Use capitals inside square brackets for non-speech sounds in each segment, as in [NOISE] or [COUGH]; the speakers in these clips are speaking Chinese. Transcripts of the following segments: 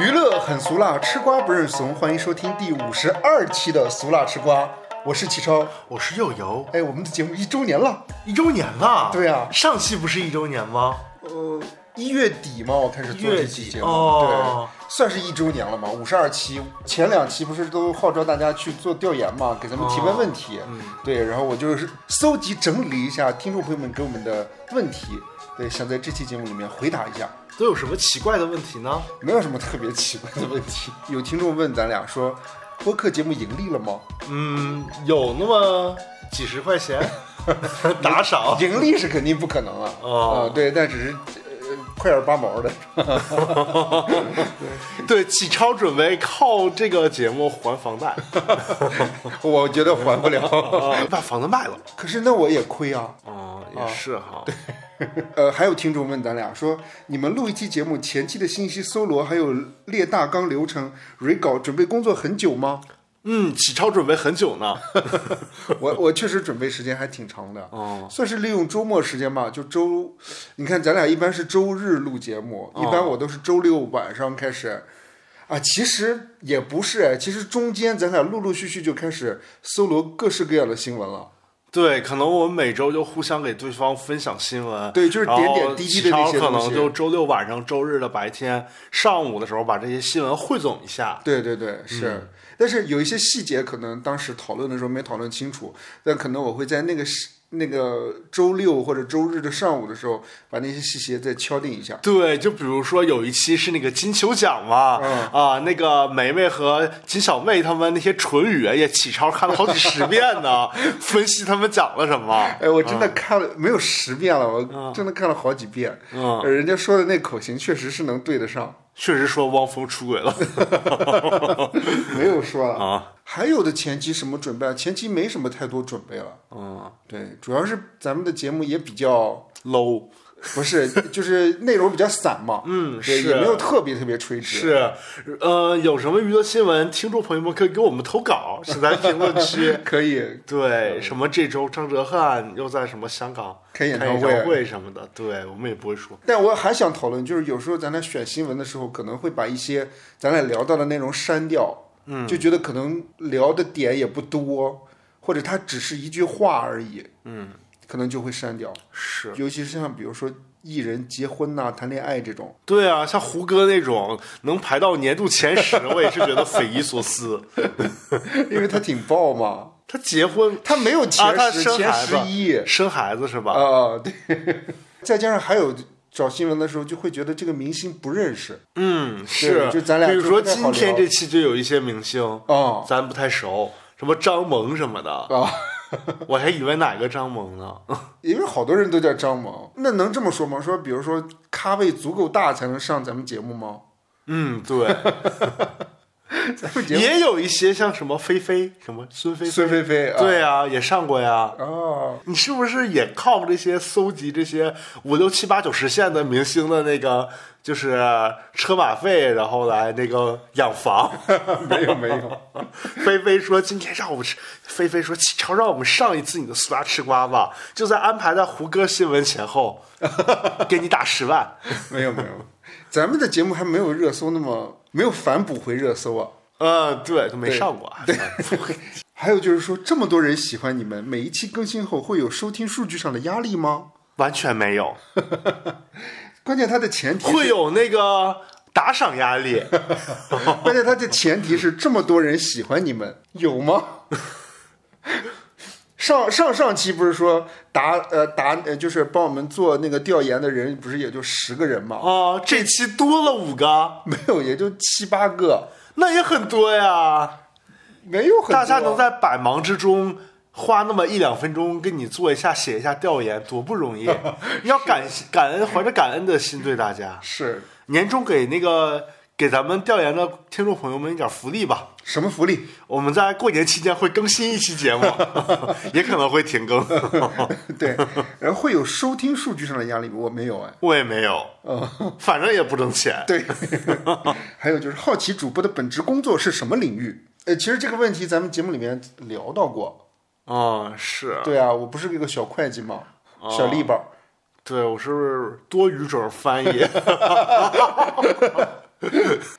娱乐很俗辣，吃瓜不认怂。欢迎收听第五十二期的《俗辣吃瓜》，我是齐超。我是悠悠，哎，我们的节目一周年了，一周年了。对啊上期不是一周年吗？呃，一月底嘛，我开始做一月这底期节目，哦对，算是一周年了嘛，五十二期。前两期不是都号召大家去做调研嘛，给咱们提问问题。嗯对，然后我就是搜集整理一下听众朋友们给我们的问题，对，想在这期节目里面回答一下。都有什么奇怪的问题呢？没有什么特别奇怪的问题。有听众问咱俩说，播客节目盈利了吗？嗯，有那么几十 [LAUGHS] 块钱打赏。盈利是肯定不可能啊。哦啊对，但只是呃快点八毛的。 [LAUGHS] 对，启超准备靠这个节目还 [LAUGHS] 房贷，哦我觉得还不了。 [LAUGHS] 把房子卖了。可是那我也亏啊。哦，也是哈。呃，还有听众问咱俩说，你们录一期节目前期的信息搜罗还有列大纲流程、蕊稿，准备工作很久吗？嗯，启超准备很 [LAUGHS] 久呢。我我确实准备时间还挺长的，算是利用周末时间吧。就周，你看咱俩一般是周日录节目，一般我都是周六晚上开始。啊，其实也不是哎，其实中间咱俩陆陆续续就开始搜罗各式各样的新闻了。对，可能我们每周就互相给对方分享新闻，对就是点点然后滴滴的那启超些可东西能就周六晚上、周日的白天、上午的时候把这些新闻汇总一下。对对对，是。但是有一些细节可能当时讨论的时候没讨论清楚，但可能我会在那个时那个周六或者周日的上午的时候，把那些细节再敲定一下。对，就比如说有一期是那个金球奖嘛，嗯啊，那个梅梅和金小妹他们那些唇语也启超看了好几十遍 [LAUGHS] 呢，分析他们讲了什么。哎，我真的看了、没有十遍了，我真的看了好几遍。嗯呃人家说的那口型确实是能对得上，确实说汪峰出轨了没有说了。啊， [LAUGHS] 还有的前期什么准备啊？前期没什么太多准备了。嗯对，主要是咱们的节目也比较，low 不是，就是内容比较散嘛。嗯对，是也没有特别特别垂直。。是，呃，有什么娱乐新闻，听众朋友们可以给我们投稿，是在评论区 [LAUGHS] 可以对，什么这周张哲瀚又在什么香港开演唱唱会啊会什么的，对我们也不会说。但我还想讨论，就是有时候咱俩选新闻的时候，可能会把一些咱俩聊到的内容删掉，嗯，就觉得可能聊的点也不多，或者它只是一句话而已，嗯，可能就会删掉。是，尤其是像比如说艺人结婚呐、谈恋爱这种， [LAUGHS] 对啊，像胡歌那种能排到年度前十，我也是觉得匪夷 [LAUGHS] 所思。因为他挺爆嘛，他结婚他没有啊，前他十、生前孩十子，一生孩子是吧？啊，对， [LAUGHS] 再加上还有找新闻的时候，就会觉得这个明星不认识嗯，是。就咱俩比如说就不太好今聊天这期就有一些明星，啊咱不太熟，什么张萌什么的，啊。 [LAUGHS] 我还以为哪个张 [LAUGHS] 萌呢。因为好多人都叫张萌，那能这么说吗？说比如说咖位足够大才能上咱们节目吗？嗯，对，咱们节目也有一些像什么菲菲、什么孙菲菲，孙菲菲啊，对啊，也上过呀。啊，你是不是也靠这些搜集这些五六七八九十线的明星的那个就是车马费，然后来那个养房？ [LAUGHS] 没有没有， [LAUGHS] 菲菲说今天让我们吃，菲菲说启超让我们上一次你的苏拉吃瓜吧，就在安排在胡歌新闻前后，给你打十万。没有没有，咱们的节目还没有热搜那么没有反哺回热搜啊。嗯，对，都没上过。对，还有就是说，这么多人喜欢你们，每一期更新后会有收听数据上的压力吗？完全没有，关键它的前提，会有那个打赏压力。 [LAUGHS] 关键它的前提是这么多人喜欢你们，有吗？ [LAUGHS] 上上上期不是说答呃答呃就是帮我们做那个调研的人不是也就十个人吗？ [LAUGHS] 哦，这期多了五个，没有，也就七八个，那也很多呀。没有很多大家能在百忙之中花那么一两分钟跟你做一下、写一下调研，多不容易！你要感感恩，怀着感恩的心对大家。是年终给那个给咱们调研的听众朋友们一点福利吧。什么福利？ [LAUGHS] 我们在过年期间会更新一期节目，也可能会停更。 [LAUGHS] 对，然后会有收听数据上的压力吗，我没有哎。我也没有，反正也不挣钱。 [LAUGHS] 对，还有就是好奇主播的本职工作是什么领域？呃，其实这个问题咱们节目里面聊到过。嗯，是对啊，我不是一个小会计嘛，哦小利吧。对，我是多语种翻译。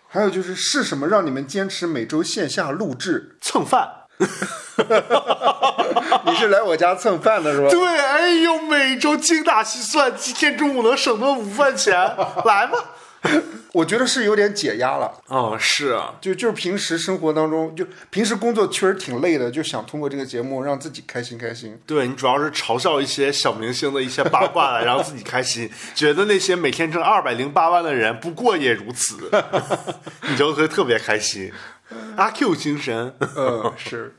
还有就是是什么让你们坚持每周线下录制？ [LAUGHS] 蹭饭。你是来我家蹭饭的是吧？对，哎呦，每周精打细算，今天中午能省顿午饭 [LAUGHS] 钱，来吧。我觉得是有点解压了，哦，是啊，就就是平时生活当中，就平时工作确实挺累的，就想通过这个节目让自己开心开心。对你主要是嘲笑一些小明星的一些八卦来让自己开心，觉得那些每天挣二百零八万的人不过也如 [LAUGHS] 此，你就会特别开心。阿 Q 精神，嗯，是。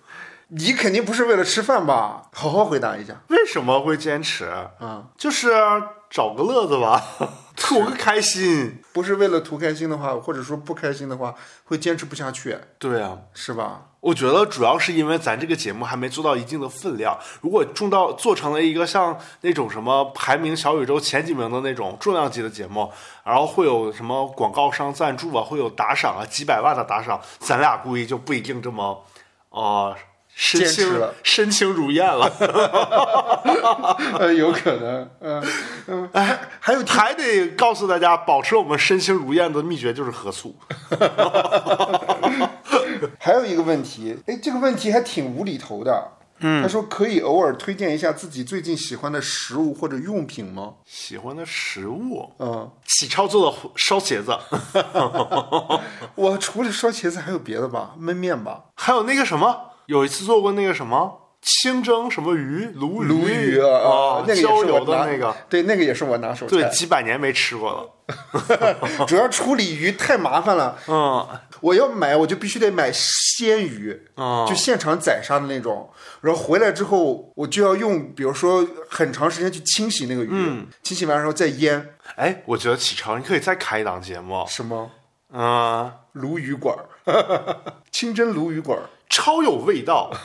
你肯定不是为了吃饭吧？好好回答一下。为什么会坚持啊嗯就是啊找个乐子吧，图个开心。不是为了图开心的话，或者说不开心的话，会坚持不下去，对啊，是吧？我觉得主要是因为咱这个节目还没做到一定的分量，如果重到做成了一个像那种什么排名小宇宙前几名的那种重量级的节目，然后会有什么广告商赞助啊，会有打赏啊，几百万的打赏，咱俩估计就不一定这么，呃，身坚持轻 [LAUGHS] 了身轻如燕了， [LAUGHS] 呃，有可能，嗯、嗯，哎，还有还得告诉大家，保持我们身轻如燕的秘诀就是喝醋。还有一个问题，哎，这个问题还挺无厘头的。嗯，他说可以偶尔推荐一下自己最近喜欢的食物或者用品吗？喜欢的食物，嗯，启超做的烧茄子，我除了烧茄子还有别的吧？焖面吧，还有那个什么，有一次做过那个什么清蒸什么鱼，鲈鱼，鲈鱼啊，啊啊，那个也浇是我油的拿那个，，对，那个也是我拿手菜。对，几百年没吃过了。 [LAUGHS] 主要处理鱼太麻烦了，嗯，我要买我就必须得买鲜鱼，哦就现场宰杀的那种。然后回来之后，我就要用，比如说很长时间去清洗那个鱼，嗯清洗完然后再腌。哎，我觉得启超，你可以再开一档节目，什么嗯，鲈鱼馆儿， [LAUGHS] 清真鲈鱼馆儿。超有味道。 [LAUGHS]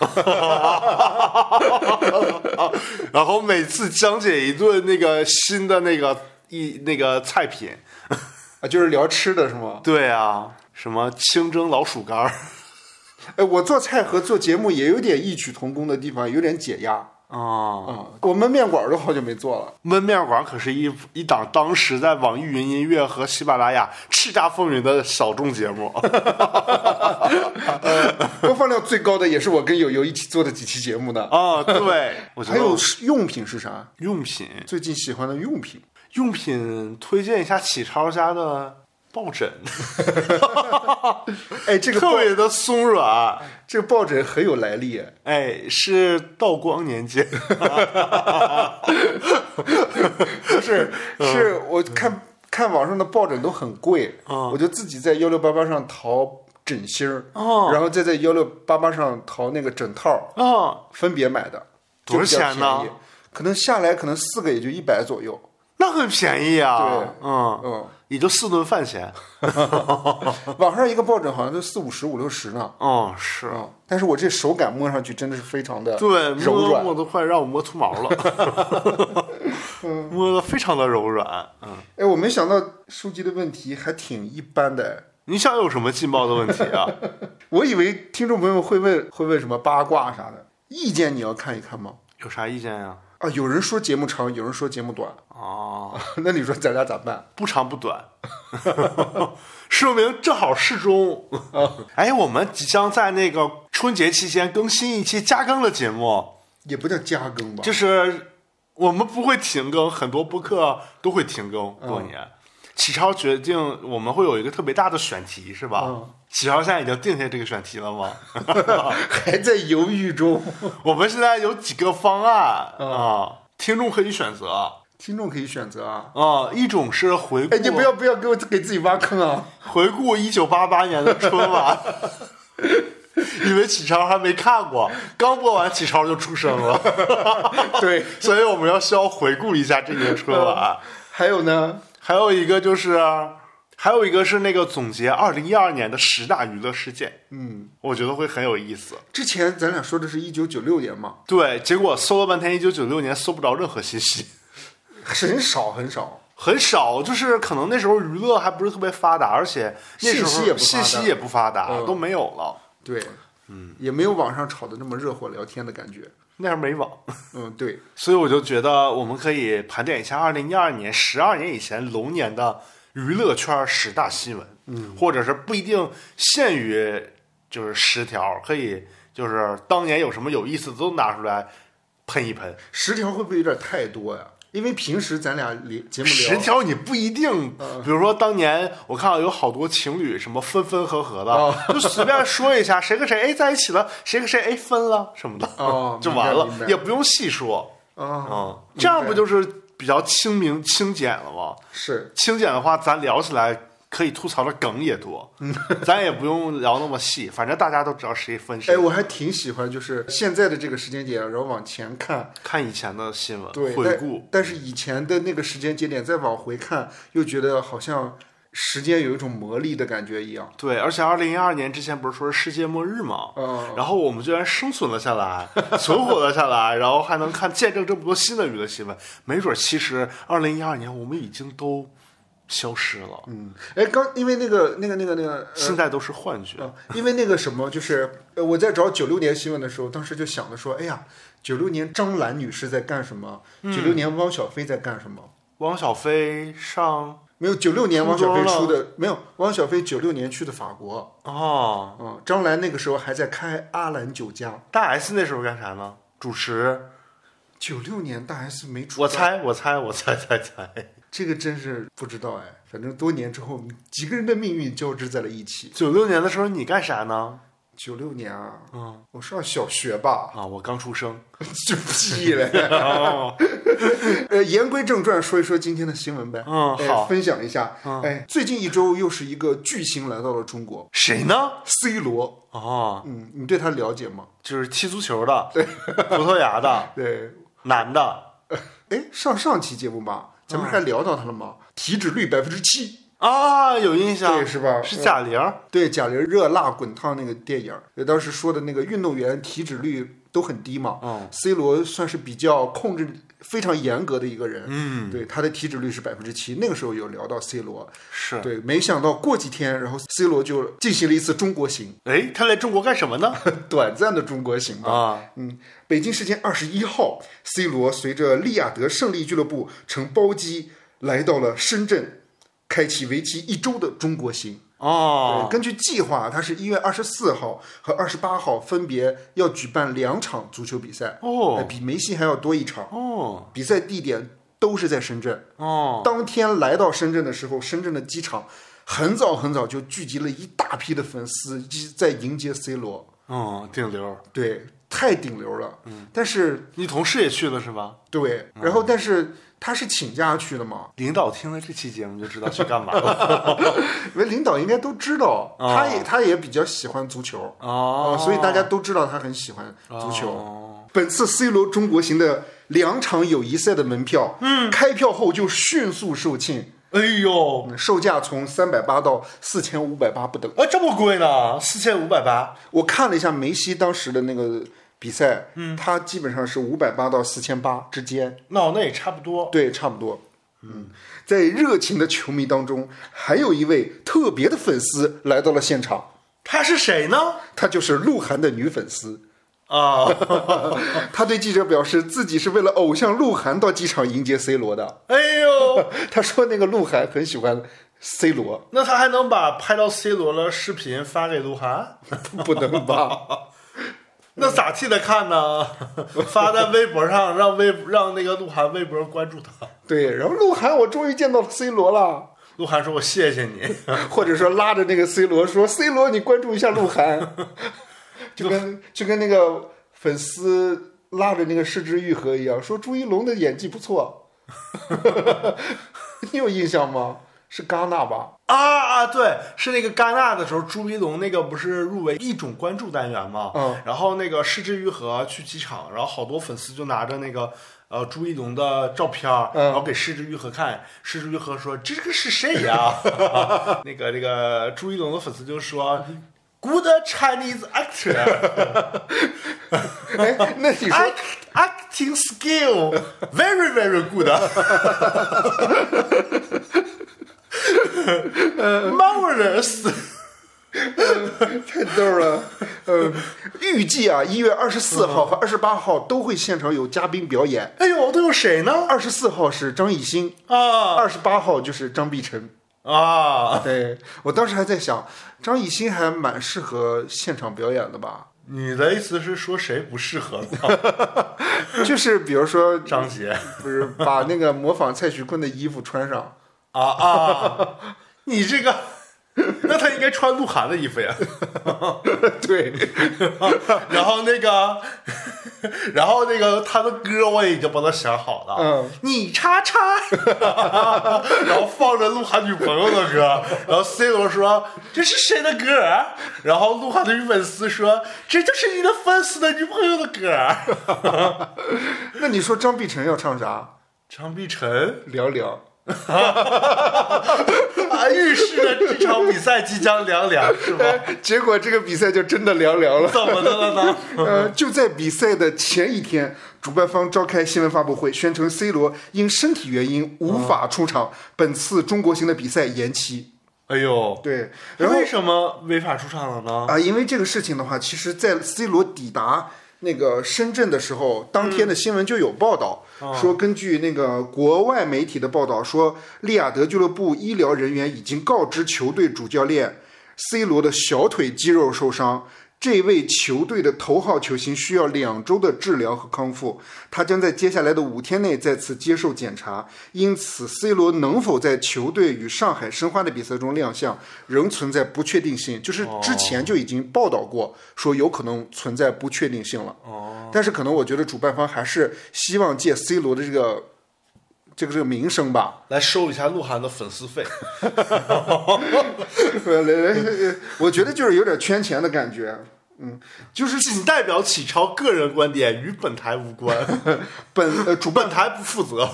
然后每次讲解一顿那个新的那个一那个菜品，啊，就是聊吃的是吗？对啊，什么清蒸老鼠干儿。哎，我做菜和做节目也有点异曲同工的地方，有点解压啊、啊、我焖面馆儿都好久没做了， [LAUGHS] 焖面馆可是一一档当时在网易云音乐和喜马拉雅叱咤风云的小众节 [LAUGHS] 目。播放量最高的也是我跟友友一起做的几期节目呢。啊，对， [LAUGHS] 我觉还有得是用品是啥？用品最近喜欢的用品，用品推荐一下启超家的抱 [LAUGHS] 枕，哎，这个特抱别的松软。这个抱枕很有来历哎，哎，是道光年 [LAUGHS] 间，不是，嗯是我看看网上的抱枕都很贵，嗯我就自己在幺六八八上淘枕芯儿，哦然后再在幺六八八上淘那个枕套儿，啊，分别买的，多少就比较钱呢便宜？可能下来可能四个也就一百左右，那很便宜对啊。嗯，嗯，也就四顿饭钱。网上一个抱枕好像就四五十、五六十呢。哦，是。嗯，但是我这手感摸上去真的是非常的对，柔摸软摸。都快让我摸出毛了， [LAUGHS] 摸的非常的柔软。嗯，哎，我没想到收集的问题还挺一般的。你想有什么劲爆的问题啊？我以为听众朋友们会问会问什么八卦啥的，意见你要看一看吗？有啥意见呀、啊，有人说节目长，有人说节目短， [LAUGHS] 哦，那你说咱俩咋办？不长不短， [LAUGHS] 说明正好适中。哦 [LAUGHS] 哎，我们即将在那个春节期间更新一期加更的节目，也不叫加更吧？就是我们不会停更，很多播客都会停更嗯过年。启超决定我们会有一个特别大的选题，是吧？嗯启超现在已经定下这个选题了吗？ [LAUGHS] [LAUGHS] 还在犹豫中，我们现在有几个方案啊、嗯听众可以选择啊、听众可以选择啊。一种是回顾，哎，你不要不要给我给自己挖坑啊！回顾一九八八年的春晚， [LAUGHS] 因为启超还没看过，刚播完启超就出生了， [LAUGHS] [LAUGHS] 对，所以我们要需要回顾一下这年春晚。还有呢，还有一个就是，还有一个是那个总结二零一二年的十大娱乐事件，嗯，我觉得会很有意思。之前咱俩说的是一九九六年嘛，对，结果搜了半天，一九九六年搜不着任何信息。 [LAUGHS] 很少很少。很少，就是可能那时候娱乐还不是特别发达，而且那时候信息也不发达嗯信息也不发达，都没有了，对，嗯，也没有网上吵得那么热火聊天的感觉。那时候没网。嗯，对，所以我就觉得我们可以盘点一下二零一二年十二年以前龙年的娱乐圈十大新闻，嗯，或者是不一定限于就是十条，可以就是当年有什么有意思的都拿出来喷一喷。十条会不会有点太多呀？因为平时咱俩聊节目十聊，嗯条你不一定，比如说当年我看到有好多情侣什么分分合合哦的，就随便说一下谁跟谁哎在一起了，谁跟谁哎分了什么的哦， [LAUGHS] 就完了明白明，白也不用细说啊、啊，明白这样不就是比较清明清简了吗？是清简的话，咱聊起来可以吐槽的梗也多，嗯咱也不用聊那么细，反正大家都知道谁分谁。哎，我还挺喜欢，就是现在的这个时间节，然后往前看，看以前的新闻对，回顾但，但是以前的那个时间节点再往回看，又觉得好像时间有一种魔力的感觉一样。对，而且二零一二年之前不是说是世界末日吗？嗯，然后我们居然生存了下来，存活了下来，然后还能看见证这么多新的娱乐新闻，没准其实二零一二年我们已经都消失了，哎，刚因为那个那个那个那个，现在都是幻觉。呃啊因为那个什么，就是呃我在找九六年新闻的时候，当时就想着说，哎呀，九六年张兰女士在干什么？嗯九六年汪小菲在干什么？汪小菲上没有，九六年汪小菲初中出的没有，汪小菲九六年去的法国，哦，嗯，张兰那个时候还在开阿兰酒家。大 S 那时候干啥呢？主持，九六年大 S 没出道，我猜，我猜，我猜，猜猜。这个真是不知道哎，反正多年之后，几个人的命运交织在了一起。九六年的时候你干啥呢？九六年啊，嗯，我上小学吧， [LAUGHS] 啊，我刚出生。就屁嘞。哦，呃，言归正传，说一说今天的新闻呗。嗯哎好嗯分享一下。哎，最近一周又是一个巨星来到了中国 [LAUGHS] 谁呢？ ，C 罗。哦，嗯，你对他了解吗？就是踢足球的，葡萄牙的，对，男的。哎，上上期节目吧，咱嗯们还聊到他了吗？体脂率百分之七，啊，有印象对，，是吧？是贾玲。对贾玲《热辣滚烫》那个电影儿，也当时说的那个运动员体脂率都很低嘛。嗯 c 罗算是比较控制非常严格的一个人。嗯，对，他的体脂率是百分之七。那个时候有聊到 C 罗，是。对，没想到过几天，然后 C 罗就进行了一次中国行， [LAUGHS] 哎，他来中国干什么 [LAUGHS] 呢？短暂的中国行吧。啊，嗯，北京时间二十一号，C 罗随着利雅得胜利俱乐部乘包机来到了深圳，开启为期一周的中国行。对，哦，根据计划，他是一月二十四号和二十八号分别要举办两场足球比赛，哎哦，比梅西还要多一场。哦，比赛地点都是在深圳。哦，当天来到深圳的时候，深圳的机场很早很早就聚集了一大批的粉丝，一在迎接 C 罗。嗯，顶流。对，太顶流了。嗯，但是你同事也去了是吧？对，然后但是他是请假去的嘛，领导听了这期节目就知道去干嘛了。因为领导应该都知道，哦他也他也比较喜欢足球。 [LAUGHS] 哦啊，所以大家都知道他很喜欢足球。哦本次 C 罗中国行的两场友谊赛的门票，嗯，开票后就迅速售罄，哎呦，售价从三百八到四千五百八不等。啊，这么贵呢？四千五百八。我看了一下梅西当时的那个比赛，嗯，他基本上是五百八到四千八之间，那那也差不多。对，差不多。嗯，在热情的球迷当中，还有一位特别的粉丝来到了现场，他是谁呢？她就是鹿晗的女粉丝。 [LAUGHS] 啊， [LAUGHS] 他对记者表示，自己是为了偶像鹿晗到机场迎接 C 罗的。哎呦，他说那个鹿晗很喜欢 C 罗，那他还能把拍到 C 罗的视频发给鹿晗？不能吧？那咋替他看呢？发在微博上，让微让那个鹿晗微博关注他。 [LAUGHS] 对，然后鹿晗，我终于见到了 C 罗了，鹿晗说：“我谢谢你。 [LAUGHS] 或者说拉着那个 C 罗说：“C 罗，你关注一下鹿晗。”就跟就跟那个粉丝拉着那个失之愈合一样，说朱一龙的演技不错。 [LAUGHS] 你有印象吗？是戛纳吧？啊”啊对，是那个戛纳的时候，朱一龙那个不是入围一种关注单元吗？嗯，然后那个失之愈合去机场，然后好多粉丝就拿着那个呃朱一龙的照片儿，嗯然后给失之愈合看，失之愈合说：“这个是谁呀、 [LAUGHS] 那个那个朱一龙的粉丝就说：“Good Chinese actor。”哎，那你说 Act- acting skill very very good. [LAUGHS] Marvelous，太逗了，呃，预计啊，一月二十四号和二十八号都会现场有嘉宾表演。哎呦，都有谁呢？二十四号是张艺兴，啊，二十八号就是张碧晨。啊，对我当时还在想，张艺兴还蛮适合现场表演的吧？你的意思是说谁不适合呢？就是比如说，张杰不是把那个模仿蔡徐坤的衣服穿上，啊啊，你这个，那他应该穿鹿晗的衣服呀。 [LAUGHS] 对，然后那个， [LAUGHS] 然后那个他的歌我也已经帮他想好了，嗯，你叉叉，然后放着鹿晗女朋友的歌，然后 C 罗说这是谁的歌啊？然后鹿晗的女粉丝说这就是你的粉丝的女朋友的歌啊。 [LAUGHS] 那你说张碧晨要唱啥？张碧晨聊聊。 [LAUGHS] 啊，预示着这场比赛即将凉凉是吗？结果这个比赛就真的凉凉了。怎么的了呢？ [LAUGHS] 呃，就在比赛的前一天，主办方召开新闻发布会，宣称 C 罗因身体原因无法出场，本次中国行的比赛延期。哎呦，对，然后为什么违法出场了呢？啊、因为这个事情的话，其实，在 C 罗抵达那个深圳的时候，当天的新闻就有报道、说，根据那个国外媒体的报道说，利雅得俱乐部医疗人员已经告知球队主教练，C 罗的小腿肌肉受伤。这位球队的头号球星需要两周的治疗和康复，他将在接下来的五天内再次接受检查。因此，C 罗能否在球队与上海申花的比赛中亮相，仍存在不确定性。就是之前就已经报道过，说有可能存在不确定性了。哦，但是可能我觉得主办方还是希望借 C 罗的这个这个这个名声吧，[LAUGHS] [LAUGHS] 来收一下鹿晗的粉丝费。来来来，我觉得就是有点圈钱的感觉。嗯就是 [LAUGHS] 仅代表启超个人观点，与本台无关，本呃主办 [LAUGHS] 本台不负责。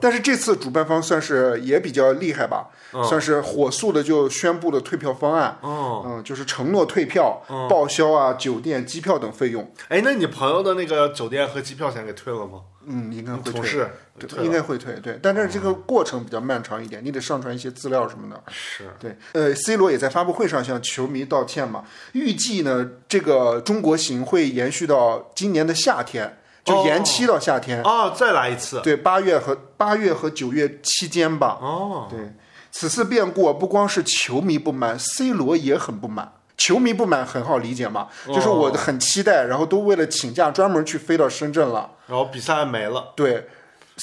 但是这次主办方算是也比较厉害吧，算是火速的就宣布了退票方案，嗯，就是承诺退票、报销啊、酒店、机票等费用，哎，那你朋友的那个酒店和机票钱给退了吗？嗯，应该会同退，事对退应了。该会退，对，但是这个过程比较漫长一点，你得上传一些资料什么的。是对，呃，C 罗也在发布会上向球迷道歉嘛，预计呢这个中国行会延续到今年的夏天，就延期到夏天，啊，再来一次。对，八月和八月和九月期间吧，哦，对，此次变故不光是球迷不满，C 罗也很不满。球迷不满很好理解嘛，就是我很期待，然后都为了请假专门去飞到深圳了。然后比赛没了，对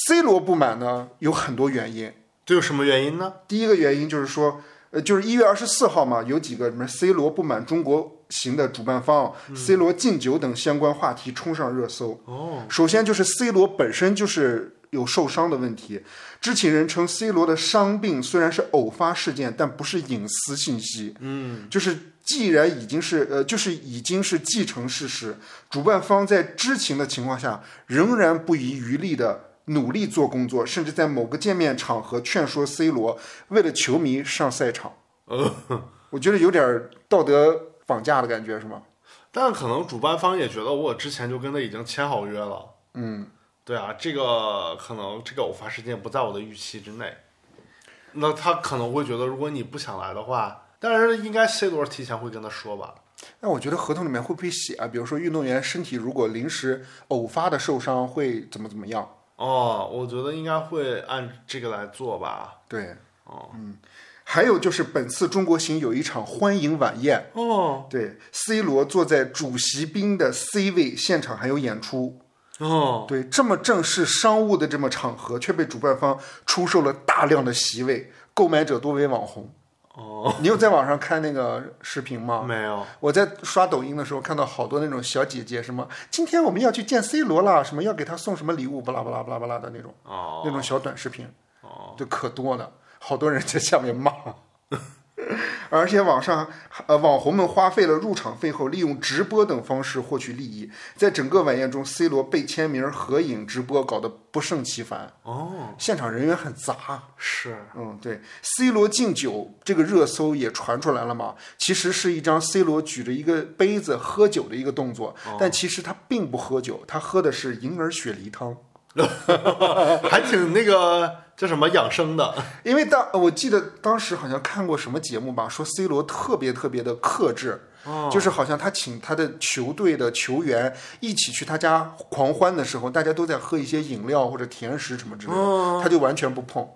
，C 罗不满呢有很多原因，这有什么原因呢？第一个原因就是说，呃，就是一月二十四号嘛，有几个什么 C 罗不满中国行的主办方、C 罗禁酒等相关话题冲上热搜。哦，首先就是 C 罗本身就是有受伤的问题，知情人称 C 罗的伤病虽然是偶发事件，但不是隐私信息。嗯，就是既然已经是呃，就是已经是既成事实，主办方在知情的情况下，仍然不遗余力的。努力做工作，甚至在某个见面场合劝说 C 罗为了球迷上赛场，呃，我觉得有点儿道德绑架的感觉，是吗？但可能主办方也觉得我之前就跟他已经签好约了。嗯，对啊，这个可能这个偶发事件不在我的预期之内，那他可能会觉得如果你不想来的话，但是应该 C 罗提前会跟他说吧。那我觉得合同里面会不会写啊？比如说运动员身体如果临时偶发的受伤会怎么怎么样？哦，我觉得应该会按这个来做吧。对，哦，嗯，还有就是本次中国行有一场欢迎晚宴，哦对，C 罗坐在主席宾的 C 位，现场还有演出。哦，对，这么正式商务的这么场合，却被主办方出售了大量的席位，购买者多为网红。哦，你有在网上看那个视频吗？没有我在刷抖音的时候看到好多那种小姐姐，什么今天我们要去见 C 罗啦，什么要给他送什么礼物，巴拉巴拉巴拉巴拉的那种哦那种小短视频，就可多了，好多人在下面骂。 [LAUGHS] 而且网上呃网红们花费了入场费后，利用直播等方式获取利益，在整个晚宴中，C 罗被签名、合影、直播搞得不胜其烦，哦，现场人员很杂。是嗯，对，C 罗敬酒这个热搜也传出来了嘛，其实是一张 C 罗举着一个杯子喝酒的一个动作，但其实他并不喝酒，他喝的是银耳雪梨汤。还挺那个叫什么养生的。因为当我记得当时好像看过什么节目吧，说 C 罗特别特别的克制，就是好像他请他的球队的球员一起去他家狂欢的时候，大家都在喝一些饮料或者甜食什么之类的，他就完全不碰，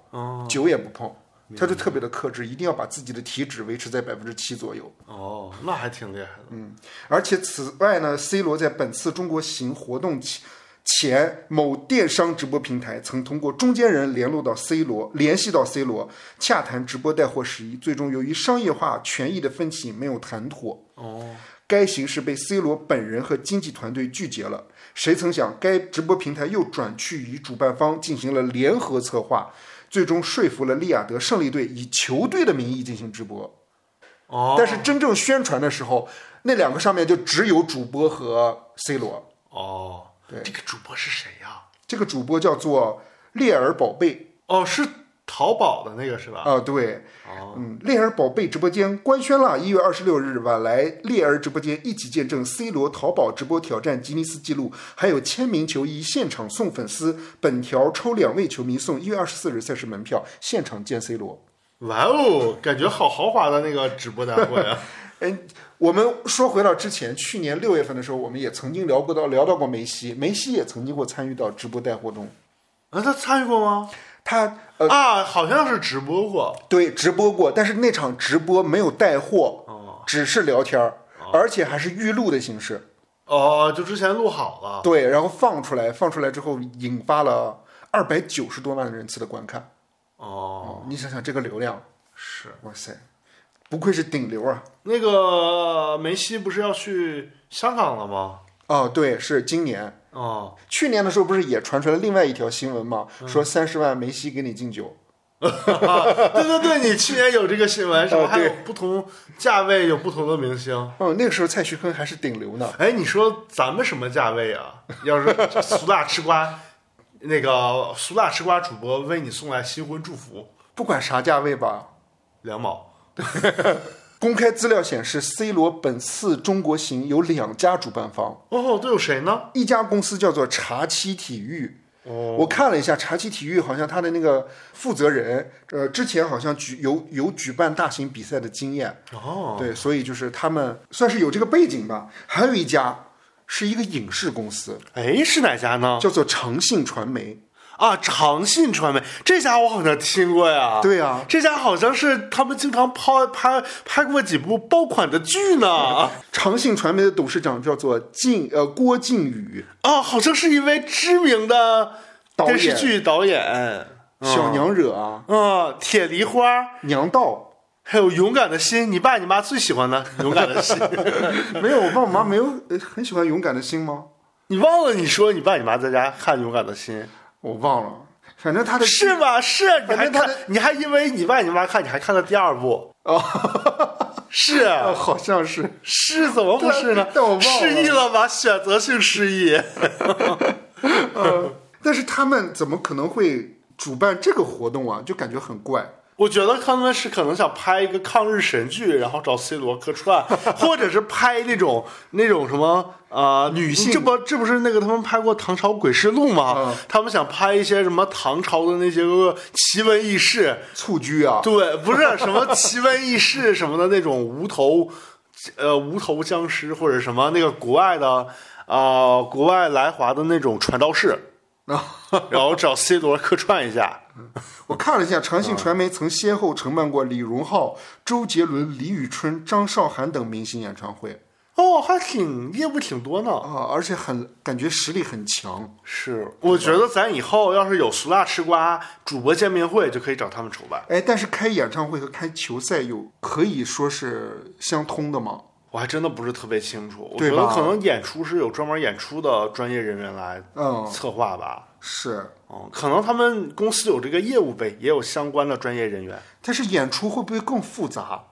酒也不碰。他就特别的克制，一定要把自己的体脂维持在百分之七左右。哦，那还挺厉害的。嗯，而且此外呢，C 罗在本次中国行活动前前，某电商直播平台曾通过中间人联络到 C 罗，联系到 C 罗，洽谈直播带货事宜。最终由于商业化权益的分歧没有谈妥，哦，该行事被 C 罗本人和经纪团队拒绝了。谁曾想，该直播平台又转去与主办方进行了联合策划，最终说服了利雅得胜利队以球队的名义进行直播。哦，但是真正宣传的时候，那两个上面就只有主播和 C 罗。哦，这个主播是谁呀、这个主播叫做列尔宝贝哦，是淘宝的那个是吧？啊、对，哦，嗯，列尔宝贝直播间官宣了，一月二十六日晚来列尔直播间一起见证 C 罗淘宝直播挑战吉尼斯纪录，还有签名球衣现场送粉丝，本条抽两位球迷送一月二十四日赛事门票，现场见 C 罗。哇哦，感觉好豪华的那个直播带货呀！哎，我们说回到之前，去年六月份的时候，我们也曾经聊过到聊到过梅西，梅西也曾经过参与到直播带货中，啊，他参与过吗？他呃啊，好像是直播过。对直播过，但是那场直播没有带货，哦只是聊天儿，而且还是预录的形式。哦，就之前录好了。对，然后放出来，放出来之后引发了二百九十多万人次的观看。哦，你想想这个流量，是哇塞，不愧是顶流啊！那个梅西不是要去香港了吗？哦，对，是今年，哦，去年的时候不是也传出来另外一条新闻吗？嗯说三十万梅西给你敬酒。啊对对对，你去年有这个新闻是吧？哦还有对不同价位有不同的明星。嗯，那个时候蔡徐坤还是顶流呢。哎，你说咱们什么价位啊？要是苏大吃瓜，那个苏大吃瓜主播为你送来新婚祝福，不管啥价位吧，两毛。公开资料显示，C 罗本次中国行有两家主办方，哦，都有谁呢？一家公司叫做茶七体育。哦我看了一下，茶七体育好像他的那个负责人，呃，之前好像举有有举办大型比赛的经验，哦，对，所以就是他们算是有这个背景吧。还有一家是一个影视公司，哎，是哪家呢？叫做诚信传媒。啊，长信传媒这家我好像听过呀。对啊，这家好像是他们经常拍拍拍过几部爆款的剧呢。诚信传媒的董事长叫做靳呃郭靖宇，啊，好像是一位知名的导电演视剧导演。小娘惹啊，嗯，铁梨花，娘道。还有勇敢的心，你爸你妈最喜欢的勇敢的心。 [LAUGHS] 没有，我爸我妈没有呃很喜欢勇敢的心吗？你忘了你说你爸你妈在家看勇敢的心我忘了，反正他的是 [LAUGHS] 吗？是，你还反正他看的，你还因为你爸你妈看，你还看了第二部。 [LAUGHS] 哦，是呃 [LAUGHS] 好像是。是怎么不是呢？但但我忘了失忆了吧？选择性失忆。但是他们怎么可能会主办这个活动啊？就感觉很怪。我觉得他们是可能想拍一个抗日神剧，然后找 C 罗客串，或者是拍那种那种什么呃女性这不这不是那个他们拍过《唐朝诡事录》吗？嗯他们想拍一些什么唐朝的那些个奇闻异事，蹴鞠啊，对，不是什么奇闻异事什么的那种无头，呃，无头僵尸或者什么那个国外的啊、呃国外来华的那种传道士， [LAUGHS] 然后找 C 罗客串一下。我看了一下，长信传媒曾先后承办过李荣浩、周杰伦、李宇春、张韶涵等明星演唱会哦，还挺业务挺多呢。啊，而且很感觉实力很强。是，我觉得咱以后要是有俗辣吃瓜主播见面会，就可以找他们筹办。哎，但是开演唱会和开球赛有可以说是相通的吗？我还真的不是特别清楚，我觉对得吧可能演出是有专门演出的专业人员来嗯，策划吧。是。嗯，可能他们公司有这个业务呗，也有相关的专业人员。但是演出会不会更复杂？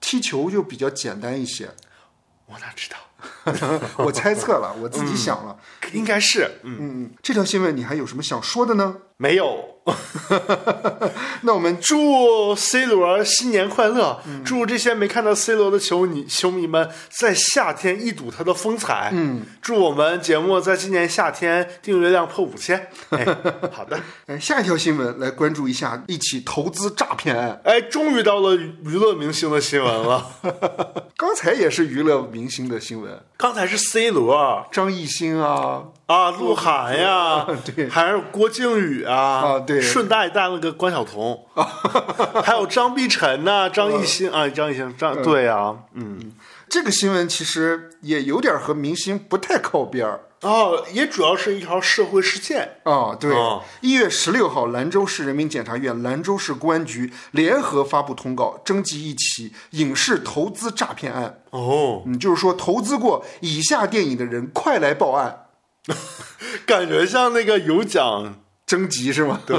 踢球就比较简单一些， [LAUGHS] 我哪知道？我猜测了，我自己想了。应该是，嗯，嗯，这条新闻你还有什么想说的呢？没有。那我们祝 C 罗新年快乐！嗯祝这些没看到 C 罗的球迷球迷们在夏天一睹他的风采。嗯，祝我们节目在今年夏天订阅量破五 [LAUGHS] 千。哎，好的。哎，下一条新闻来关注一下一起投资诈骗案。哎， [LAUGHS] 终于到了娱乐明星的新闻了。刚才也是娱乐明星的新们，刚才是 C 罗张艺兴啊啊，鹿晗呀，对还有郭靖宇啊，啊对顺带带了个关晓 [LAUGHS] 彤，还有张碧晨呐、张艺兴哦啊，张艺兴，张对啊，嗯，这个新闻其实也有点和明星不太靠边儿哦，也主要是一条社会事件，啊、对哦，一、月十六号，兰州市人民检察院、兰州市公安局联合发布通告，征集一起影视投资诈骗案。哦，嗯，就是说投资过以下电影的人，快来报案，感觉像那个有奖征集是吗？对，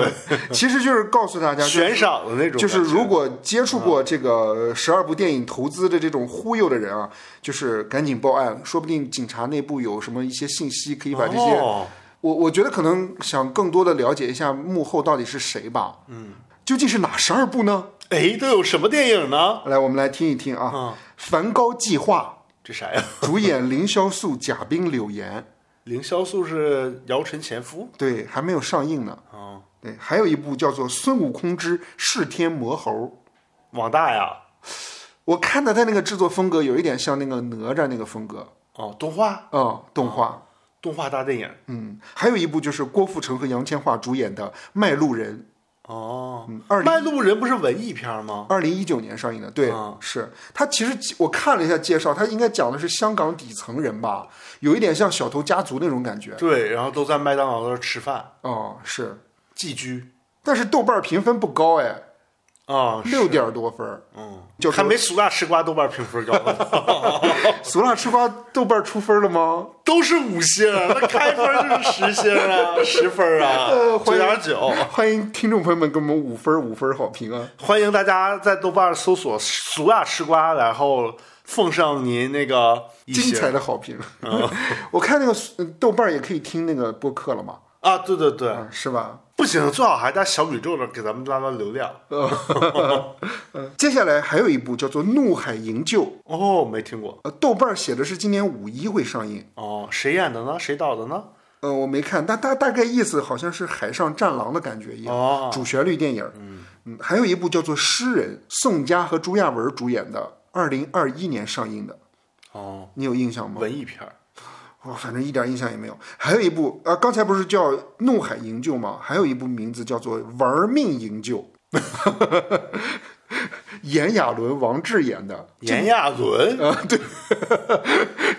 其实就是告诉大家，就是悬赏的那种感觉，嗯就是如果接触过这个呃十二部电影投资的这种忽悠的人啊，就是赶紧报案，说不定警察内部有什么一些信息可以把这些。哦我我觉得可能想更多的了解一下幕后到底是谁吧。嗯，究竟是哪十二部呢？哎，都有什么电影呢？来，我们来听一听啊，嗯梵高计划这啥呀？》主演凌潇肃、贾冰、柳岩。凌潇肃是姚晨前夫对，还没有上映呢。哦，对，还有一部叫做《孙悟空之弑天魔猴》。网大呀，我看的他那个制作风格有一点像那个哪吒那个风格，哦，动画嗯，动画，动画大电影，嗯，还有一部就是郭富城和杨千嬅主演的《卖路人》，哦，嗯，二零卖路人不是文艺片吗？二零一九年上映的，对，啊是它其实我看了一下介绍，它应该讲的是香港底层人吧，有一点像小偷家族那种感觉，对，然后都在麦当劳那儿吃饭哦，是，寄居但是豆瓣评分不高哎，啊，是六点多分儿，嗯，就是还没苏大吃瓜豆瓣评分高呢，俗辣吃瓜豆瓣出分了吗？都是五星儿， [LAUGHS] 那开分就是十星儿 [LAUGHS] 啊，十分儿啊呃，九欢迎点九。欢迎听众朋友们给我们五分儿五分儿好评啊！欢迎大家在豆瓣搜索“俗大吃瓜”，然后奉上您那个一精星嗯彩的好评。 [LAUGHS] 我看那个呃豆瓣儿也可以听那个播客了嘛，啊，对对对，啊，是吧？不行，最好还在小宇宙那儿给咱们拉拉流量。嗯 [LAUGHS] 接下来还有一部叫做《怒海营救》，哦，没听过。呃，豆瓣儿写的是今年五一会上映，哦，谁演的呢？谁导的呢？呃，我没看，但大大概意思好像是海上战狼的感觉一样，哦主旋律电影。嗯还有一部叫做《诗人》，宋佳和朱亚文主演的，二零二一年上映的，哦，你有印象吗？文艺片儿。哦，反正一点印象也没有。还有一部，呃，刚才不是叫《怒海营救》吗？还有一部名字叫做《玩命营救》， [LAUGHS] 炎亚纶、王志演的。炎亚纶啊，对，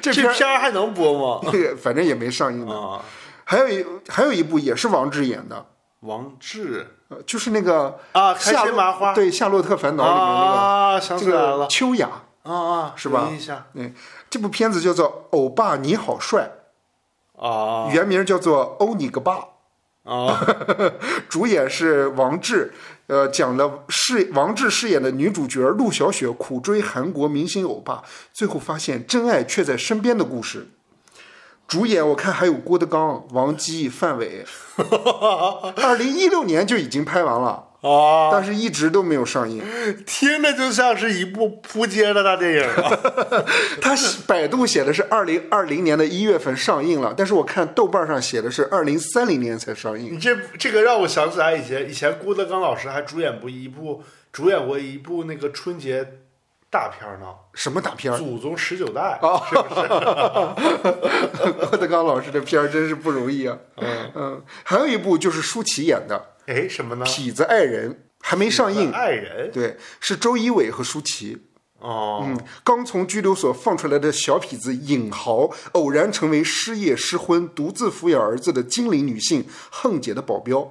这片儿片儿还能播吗？ [LAUGHS] 这个反正也没上映呢。啊，还有一还有一部也是王志演的，王志呃，就是那个啊，开夏心洛麻花对《夏洛特烦恼》里面那个、啊，想这起来个了秋雅。啊啊，是吧留意一下对，这部片子叫做《欧巴你好帅啊》，原名叫做《欧你个爸》。啊，主演是王志，呃，讲了饰王志饰演的女主角陆小雪苦追韩国明星欧巴，最后发现真爱却在身边的故事。主演我看还有郭德纲、王姬、范伟。二零一六年就已经拍完了， [LAUGHS] 啊，但是一直都没有上映。听着就像是一部扑街的大电影啊 [LAUGHS] 它是百度写的是二零二零年的一月份上映了，但是我看豆瓣上写的是二零三零年才上映。你这这个让我想起来以前以前郭德纲老师还主演过一部主演过一部那个春节大片儿呢，什么大片《儿？祖宗十九代》哦 [LAUGHS] 郭德纲老师的片儿真是不容易啊。嗯还有一部就是舒淇演的哎，什么呢？《痞子爱人》，还没上映。爱人对，是周一围和舒淇。哦，嗯，刚从拘留所放出来的小痞子尹豪，偶然成为失业、失婚、独自抚养儿子的精灵女性横姐的保镖。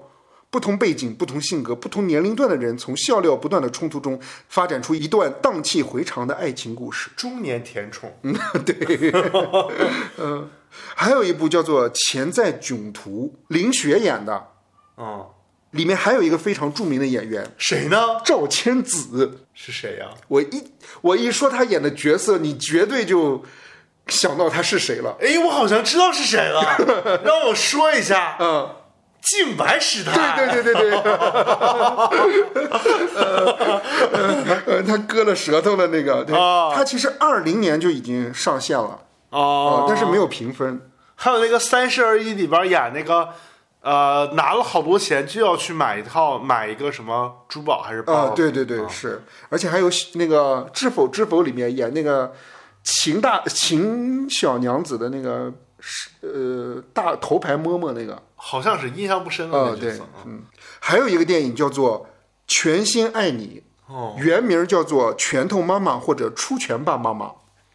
不同背景、不同性格、不同年龄段的人，从笑料不断的冲突中，发展出一段荡气回肠的爱情故事。中年甜宠对，嗯，还有一部叫做《潜在囧途》，林雪演的，嗯，里面还有一个非常著名的演员谁呢？赵千子。是谁呀、我一我一说她演的角色，你绝对就想到她是谁 [LAUGHS] 了。哎，我好像知道是谁 [LAUGHS] 了，让我说一下，嗯，静白史泰。对对对对对， [LAUGHS] 呃呃他割了舌头的那个，对，啊他其实二零年就已经上线了，哦呃，但是没有评分。还有那个《三十而已》里边演那个，呃，拿了好多钱就要去买一套买一个什么珠啊宝还是包？啊，对对对，是，而且还有那个《知否知否》里面演那个秦大秦小娘子的那个是呃大头牌嬷嬷那个，好像是印象不深了。呃那角对色啊，嗯，还有一个电影叫做《全心爱你》，哦原名叫做《拳头妈妈》或者《出拳吧妈妈》，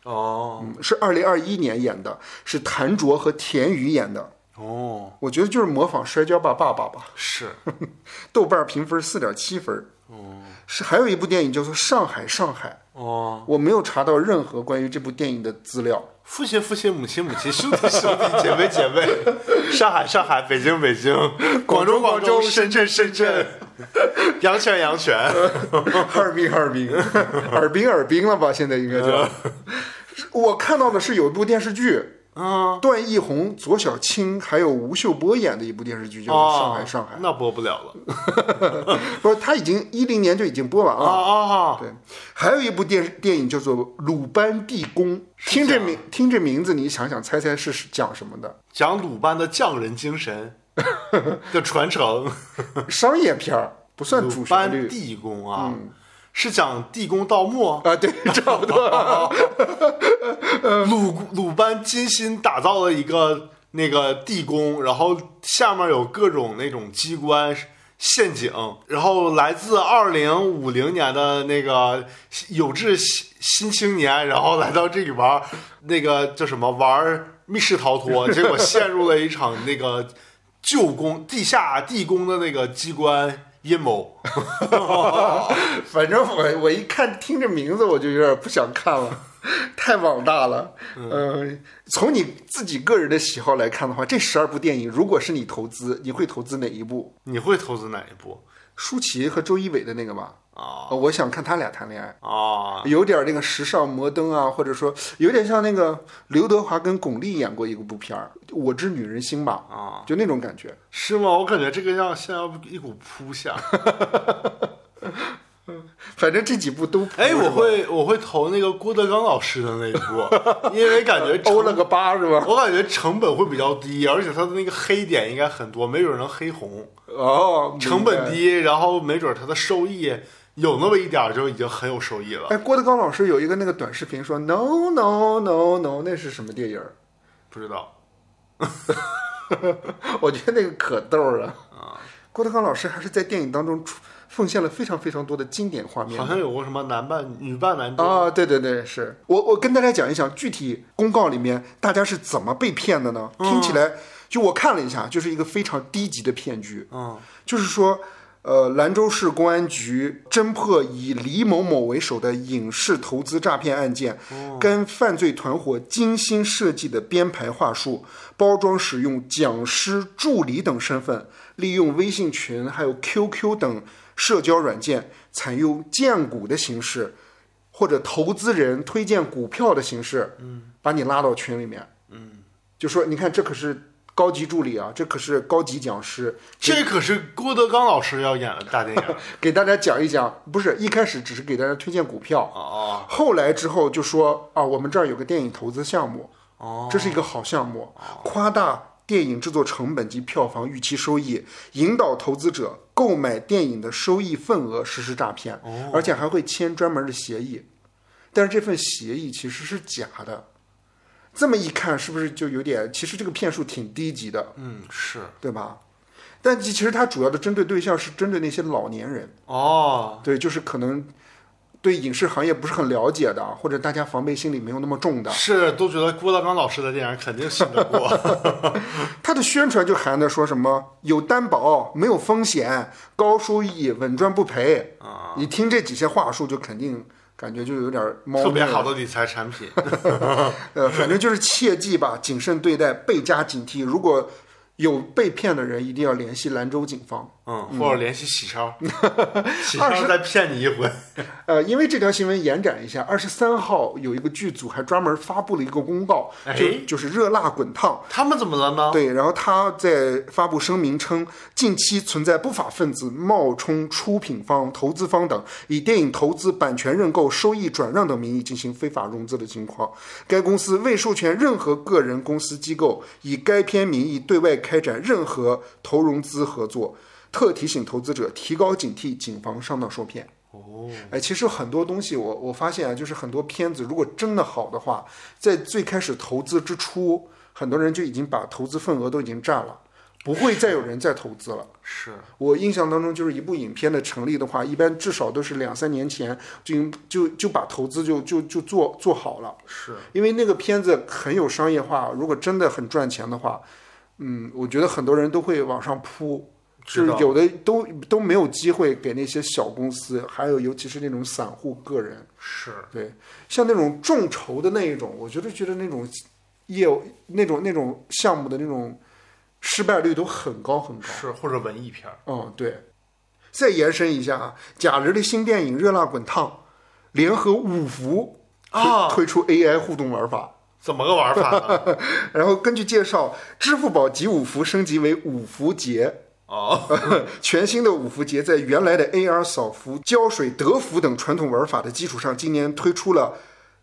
哦嗯，是二零二一年演的，是谭卓和田雨演的。哦，我觉得就是模仿《摔跤吧爸爸》吧。是豆瓣评分四点七分。哦，是还有一部电影叫做《上海上海》，哦，我没有查到任何关于这部电影的资料。父亲父亲，母亲母亲，兄弟兄弟，姐妹姐 [LAUGHS] 妹，上海上海，北京北京，广州广广州州，深圳深圳，阳泉阳 [LAUGHS] 泉，哈尔滨，哈尔滨，尔滨，尔滨了吧？现在应该叫。我看到的是有一部电视剧，嗯，段奕宏、左小青还有吴秀波演的一部电视剧，叫哦做《上海，上海》。那播不了 [LAUGHS] 了不是，他已经一零年就已经播完了。啊啊！对，还有一部电视电影叫做《鲁班地宫》，听这名听这名字，你想想猜猜是讲什么的？讲鲁班的匠人 [LAUGHS] 精神的传承，商业片儿不算鲁主旋班律嗯地宫啊，是讲地宫盗墓，啊，对，差不多。 [LAUGHS] 鲁鲁班精心打造了一个那个地宫，然后下面有各种那种机关。陷阱，然后来自二零五零年的那个有志新新青年，然后来到这里玩儿那个叫什么玩儿密室逃 [LAUGHS] 脱，结果陷入了一场那个旧宫地下地宫的那个机关阴谋。反正我我一看听这名字，我就有点不想看了，太网大了。嗯、从你自己个人的喜好来看的话，这十二部电影，如果是你投资，你会投资哪一部？你会投资哪一部舒淇和周一围的那个吧？啊呃我想看他俩谈恋爱。啊？有点那个时尚摩登啊，或者说有点像那个刘德华跟巩俐演过一个部片儿《我知女人心》吧，啊，就那种感觉。是吗？我感觉这个像像一股扑向。反正这几部都哎，我是吧会我会投那个郭德纲老师的那一 [LAUGHS] 部，因为感觉成欧了个八是吧？我感觉成本会比较低，而且他的那个黑点应该很多，没准能黑红。哦，成本低。低，然后没准他的收益有那么一点儿就已经很有收益了。哎，郭德纲老师有一个那个短视频说 “no no no no”，那是什么电影儿？ [LAUGHS] 不知道我觉得那个可逗了。啊，郭德纲老师还是在电影当中出奉献了非常非常多的经典画面好。像有过什么男扮女扮男装。啊，对对对，是我我跟大家讲一讲具体公告里面大家是怎么被骗的呢？听起来就我看了一下，就是一个非常低级的骗局，嗯就是说。呃，兰州市公安局侦破以李某某为首的影视投资诈骗案件，跟犯罪团伙精心设计的编排话术，包装使用讲师、助理等身份，利用微信群还有 QQ 等社交软件，采用荐股的形式，或者投资人推荐股票的形式，嗯，把你拉到群里面，嗯，就说你看这可是高级助理啊，这可是高级讲师，这可是郭德纲老师要演的大电 [LAUGHS] 影给大家讲一讲，不是一开始只是给大家推荐股票，哦后来之后就说啊，我们这儿有个电影投资项目，哦，这是一个好项目，夸大电影制作成本及票房预期收益，引导投资者购买电影的收益份额实施诈骗，而且还会签专门的协议。但是这份协议其实是假的，这么一看是不是就有点？其实这个骗术挺低级的，嗯是对吧？但其实它主要的针对对象是针对那些老年人，哦对，就是可能对影视行业不是很了解的，或者大家防备心理没有那么重的，是都觉得郭德纲老师的电影肯定信得 [LAUGHS] 过。它的宣传就含的说什么有担保、没有风险、高收益、稳赚不赔啊。你听这几些话术，就肯定感觉就有点猫特别腻了好的理财产品， [LAUGHS] 嗯呃，反正就是切记吧，谨慎对待，倍加警惕。如果有被骗的人，一定要联系兰州警方。嗯，或者联系 [LAUGHS] 喜超，喜超再骗你一回。呃，因为这条新闻延展一下，二十三号有一个剧组还专门发布了一个公告，哎就就是热辣滚烫。他们怎么了呢？对，然后他在发布声明称，近期存在不法分子冒充出品方、投资方等，以电影投资、版权认购、收益转让等名义进行非法融资的情况。该公司未授权任何个人、公司、机构以该片名义对外开展任何投融资合作，特提醒投资者提高警惕，谨防上当受骗。哦，哎，其实很多东西我我发现啊，就是很多片子如果真的好的话，在最开始投资之初，很多人就已经把投资份额都已经占了，不会再有人再投资了。是，我印象当中，就是一部影片的成立的话，一般至少都是两三年前就已经就就把投资就就就做做好了，是，因为那个片子很有商业化，如果真的很赚钱的话，嗯，我觉得很多人都会往上扑，知是道有的都都没有机会给那些小公司，还有尤其是那种散户个人，是，对，像那种众筹的那一种，我觉得觉得那种业务那种那种项目的那种失败率都很高很高。是，或者文艺片儿，嗯，对。再延伸一下啊，贾玲的新电影《热辣滚烫》联合五福推啊推出 AI 互动玩法，怎么个玩法呢？ [LAUGHS] 然后根据介绍，支付宝集五福升级为五福节。哦， [LAUGHS] 全新的五福节在原来的 AR 扫福、胶水、德福等传统玩法的基础上，今年推出了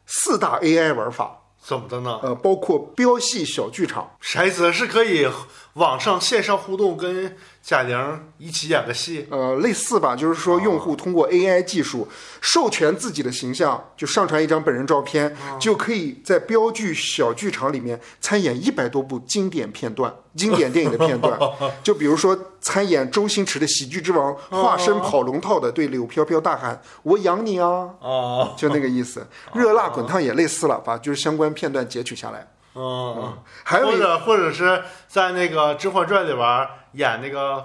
四大 AI 玩法，怎么的呢？呃，包括标戏小剧场、骰子是可以网上线上互动，跟贾玲一起演个戏，呃，类似吧，就是说用户通过 AI 技术授权自己的形象，就上传一张本人照片，就可以在标剧小剧场里面参演一百多部经典片段、经典电影的片段。就比如说参演周星驰的《喜剧之王》，化身跑龙套的对柳飘飘大喊：“我养你啊哦，！”就那个意思。热辣滚烫也类似了，把就是相关片段截取下来。嗯，还有或一者或者是在那个《甄嬛传》里边儿演那个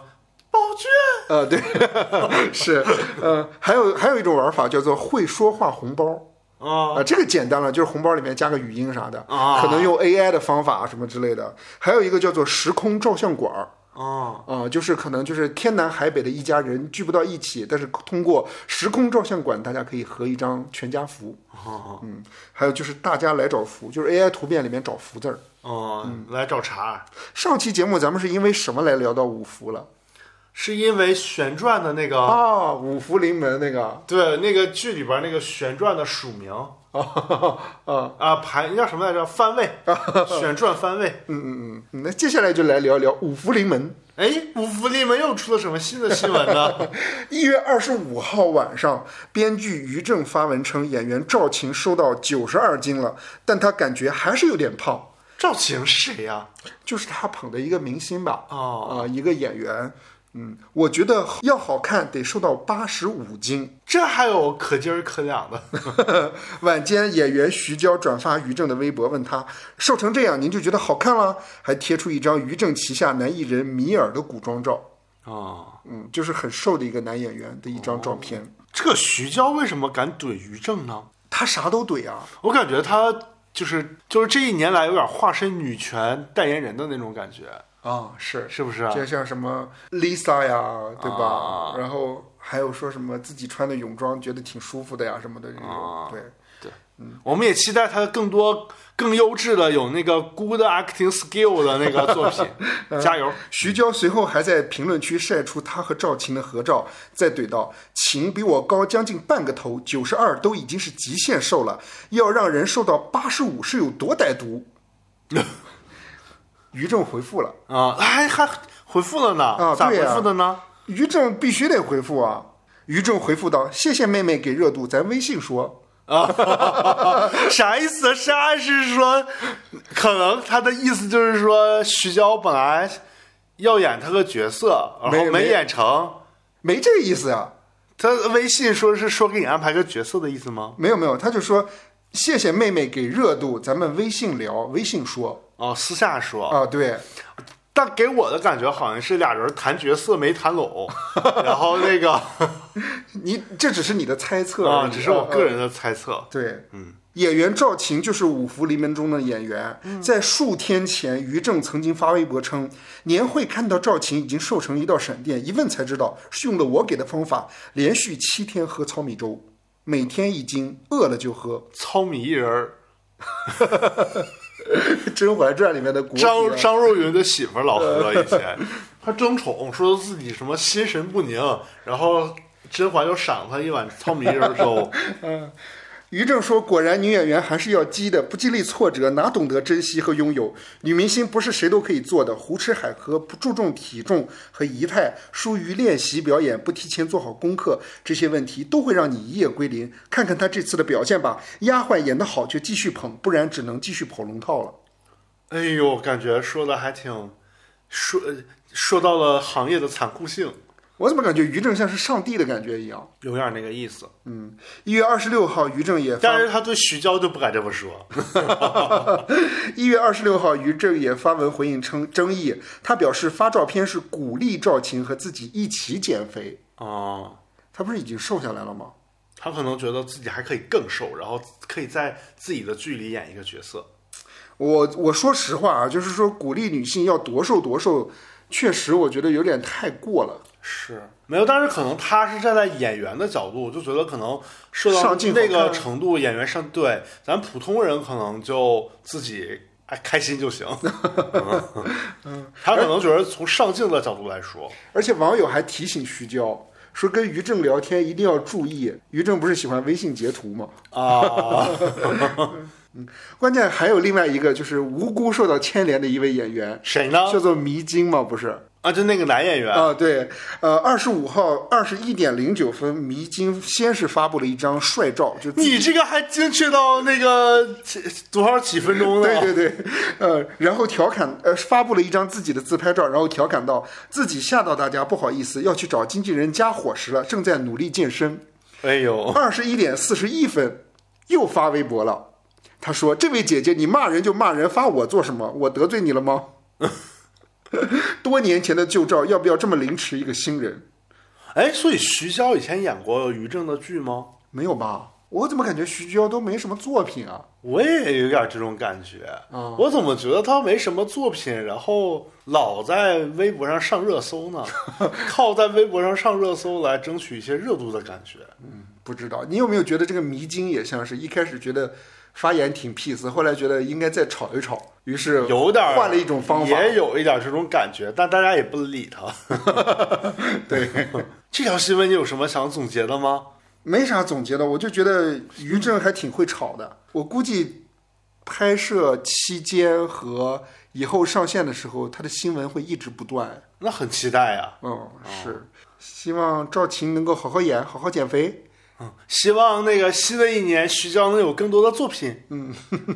宝娟，呃，对， [LAUGHS] 是呃，还有还有一种玩法叫做会说话红包。啊啊，这个简单了，就是红包里面加个语音啥的，啊可能用 AI 的方法啊什么之类的。还有一个叫做时空照相馆儿啊，啊、就是可能就是天南海北的一家人聚不到一起，但是通过时空照相馆，大家可以合一张全家福。哦嗯，还有就是大家来找福，就是 AI 图片里面找福字儿。哦，来找茬儿，上期节目咱们是因为什么来聊到五福了？是因为旋转的那个。啊，五福临门那个对，那个剧里边那个旋转的署名啊，啊，排那叫什么来着？番位，旋转番位。嗯嗯嗯，那接下来就来聊一聊五福临门。哎，五福临门又出了什么新的新闻呢？一月二十五号晚上，编剧于正发文称，演员赵琴瘦到九十二斤了，但她感觉还是有点胖，赵晴是谁呀、就是她捧的一个明星吧，啊、哦，一个演员。嗯，我觉得要好看得瘦到八十五斤。这还有可劲儿可两的。 [LAUGHS] 晚间，演员徐娇转发于正的微博，问他瘦成这样，您就觉得好看了？还贴出一张于正旗下男艺人米尔的古装照，哦，嗯，就是很瘦的一个男演员的一张照片。这个徐娇为什么敢怼于正呢？他啥都怼啊，我感觉她就是就是这一年来有点化身女权代言人的那种感觉，啊，是是不是啊？就像什么 Lisa 呀，对吧？啊然后还有说什么自己穿的泳装觉得挺舒服的呀，什么的这种，啊对，我们也期待她更多更优质的有那个 good acting skill 的那个作 [LAUGHS] 品，加油！徐娇随后还在评论区晒出她和赵琴的合照，再怼到：“琴比我高将近半个头，九十二都已经是极限瘦了，要让人瘦到八十五是有多歹毒？” [LAUGHS] 于正回复了，啊，还还回复了呢？啊咋对回呀复的呢？于正必须得回复啊。于正回复道：“谢谢妹妹给热度，咱微信说。”啊啥意思？啥是说，可能他的意思就是说，徐娇本来要演他个角色，然后没没演成。没这个意思啊。他微信说是说给你安排个角色的意思吗？没有没有，他就说谢谢妹妹给热度，咱们微信聊，微信说哦，私下说。啊，对，但给我的感觉好像是俩人谈角色没 [LAUGHS] 谈拢，然后那个你这只是你的猜测而啊，已只是我个。啊人的猜测啊。对，嗯，演员赵琴就是《五福临门》中的演员，在数天前，于正曾经发微博称，年会看到赵琴已经瘦成一道闪电，一问才知道是用了我给的方法，连续七天喝糙米粥，每天一斤，饿了就喝， [LAUGHS] 糙米一人儿， 《甄嬛传》里面的国别张张若昀的媳妇儿老喝以前，他争宠，说自己什么心神不宁，然后甄嬛又赏他一碗糙米人粥。于正说：“果然，女演员还是要激的，不经历挫折，哪懂得珍惜和拥有？女明星不是谁都可以做的，胡吃海喝，不注重体重和仪态，疏于练习表演，不提前做好功课，这些问题都会让你一夜归零。看看她这次的表现吧，丫鬟演得好就继续捧，不然只能继续跑龙套了。”哎呦，感觉说的还挺说说到了行业的残酷性。我怎么感觉于正像是上帝的感觉一样？有点那个意思。嗯，一月二十六号，于正也发，但是他对徐娇就不敢这么说。一月二十六号，于正也发文回应称争议，他表示发照片是鼓励赵琴和自己一起减肥。哦，他不是已经瘦下来了吗？他可能觉得自己还可以更瘦，然后可以在自己的剧里演一个角色。我我说实话啊，就是说鼓励女性要多瘦多瘦，确实我觉得有点太过了。是没有，但是可能他是站在演员的角度，就觉得可能受到那个程度，演员上对咱普通人可能就自己哎开心 [LAUGHS] 就行。嗯，他可能觉得从上镜的角度来说，而且网友还提醒徐娇说，跟于正聊天一定要注意，于正不是喜欢微信截图吗？啊。嗯，关键还有另外一个就是无辜受到牵连的一位演员，谁 [LAUGHS] 呢？叫做迷津吗？不是啊，就那个男演员啊，对，呃，二十五号二十一点零九分，迷津先是发布了一张帅照，就你这个还精确到那个多少几分钟呢？对对对，呃，然后调侃呃发布了一张自己的自拍照，然后调侃到自己吓到大家，不好意思，要去找经纪人加伙食了，正在努力健身。哎呦，二十一点四十一分又发微博了。他说：“这位姐姐，你骂人就骂人，发我做什么？我得罪你了吗？ [LAUGHS] 多年前的旧照，要不要这么凌迟一个新人？哎，所以徐娇以前演过于正的剧吗？没有吧？我怎么感觉徐娇都没什么作品啊？我也有点这种感觉啊、嗯！我怎么觉得她没什么作品，然后老在微博上上热搜 [LAUGHS] 呢？靠在微博上上热搜来争取一些热度的感觉。嗯，不知道你有没有觉得这个迷津也像是一开始觉得。”发言挺 peace，后来觉得应该再吵一吵，于是有点换了一种方法，也有一点这种感觉，但大家也不理他。 [LAUGHS] 对， [LAUGHS] 这条新闻你有什么想总结的吗？没啥总结的，我就觉得于正还挺会吵的。我估计拍摄期间和以后上线的时候，他的新闻会一直不断。那很期待呀、啊。嗯，是、哦，希望赵琴能够好好演，好好减肥。嗯，希望那个新的一年徐娇能有更多的作品，嗯，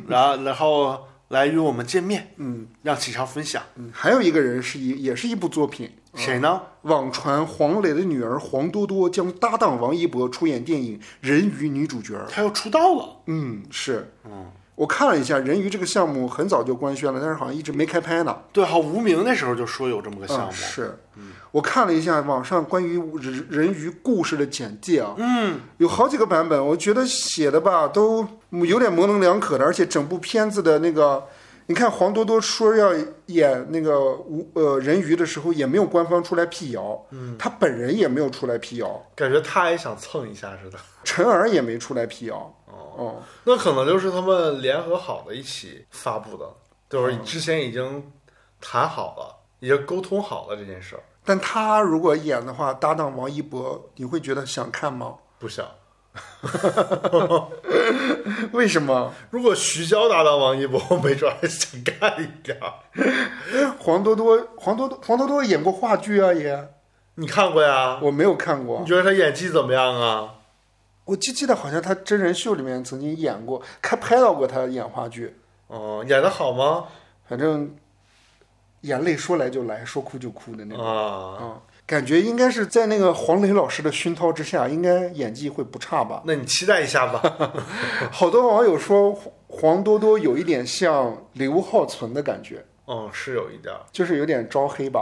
然后然后来与我们见面，嗯，让启超分享。嗯，还有一个人是一也是一部作品，谁呢？嗯、网传黄磊的女儿黄多多将搭档王一博出演电影《人鱼》女主角，她要出道了。嗯，是，嗯，我看了一下《人鱼》这个项目很早就官宣了，但是好像一直没开拍呢。啊对，好，无名那时候就说有这么个项目。嗯、是。嗯我看了一下网上关于人人鱼故事的简介啊，嗯，有好几个版本，我觉得写的吧都有点模棱两可的，而且整部片子的那个，你看黄多多说要演那个无呃人鱼的时候，也没有官方出来辟谣，嗯，他本人也没有出来辟谣，感觉他也想蹭一下似的。陈儿也没出来辟谣，哦、嗯，那可能就是他们联合好的一起发布的，就是之前已经谈好了，已经沟通好了这件事儿。但他如果演的话，搭档王一博，你会觉得想看吗？ [LAUGHS] 不想。为什么？如果徐娇搭档王一博，没准还想看一点儿。黄多多，黄多多，黄多多演过话剧啊，也。你看过呀？我没有看过。你觉得他演技怎么样啊？我记记得好像他真人秀里面曾经演过，还拍到过他演话剧。哦、嗯，演的好吗？反正。眼泪说来就来，说哭就哭的那种、啊、啊，感觉应该是在那个黄磊老师的熏陶之下，应该演技会不差 [LAUGHS] 吧？那你期待一下吧。好多网友说黄多多有一点像刘浩存的感觉，嗯，是有一点，就是有点招黑吧？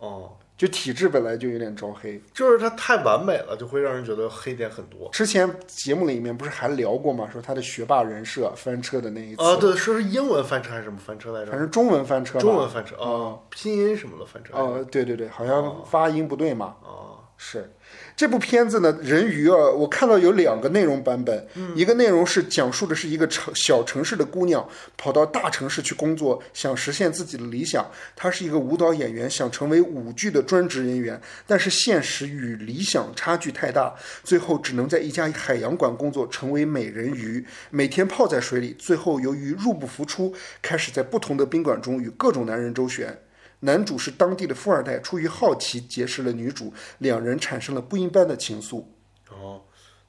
哦、嗯，就体质本来就有点招黑，就是他太完美了，就会让人觉得黑点很多。之前节目里面不是还聊过吗？说他的学霸人设翻车的那哦一次啊，对，说是英文翻车还是什么翻车来着？反正哦中文翻车，中文翻车啊、哦，拼音什么的翻车哦，对对对，好像发音不对嘛。啊、哦，是这部片子呢，《人鱼》啊，我看到有两个内容版本，一个内容是讲述的是一个城小城市的姑娘跑到大城市去工作，想实现自己的理想。她是一个舞蹈演员，想成为舞剧的专职人员，但是现实与理想差距太大，最后只能在一家海洋馆工作，成为美人鱼，每天泡在水里。最后由于入不敷出，开始在不同的宾馆中与各种男人周旋。男主是当地的富二代，出于好奇结识了女主，两人产生了不一般的情愫。哦，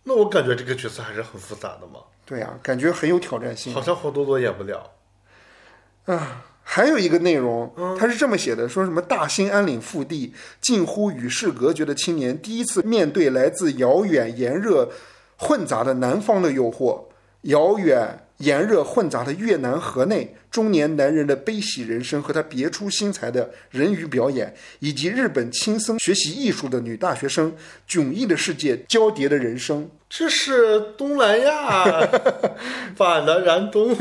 那我感觉这个角色还是很复杂的嘛，对呀、感觉很有挑战性好像黄多多演不了。啊。还有一个内容，他是这么写的：说什么大兴安岭腹地，近乎与世隔绝的青年，第一次面对来自遥远、炎热、混杂的南方的诱惑，遥远、炎热、混杂的越南河内，中年男人的悲喜人生和他别出心裁的人鱼表演，以及日本亲僧学习艺术的女大学生，迥异的世界，交叠的人生。这是东南亚 [LAUGHS] 版的燃冬，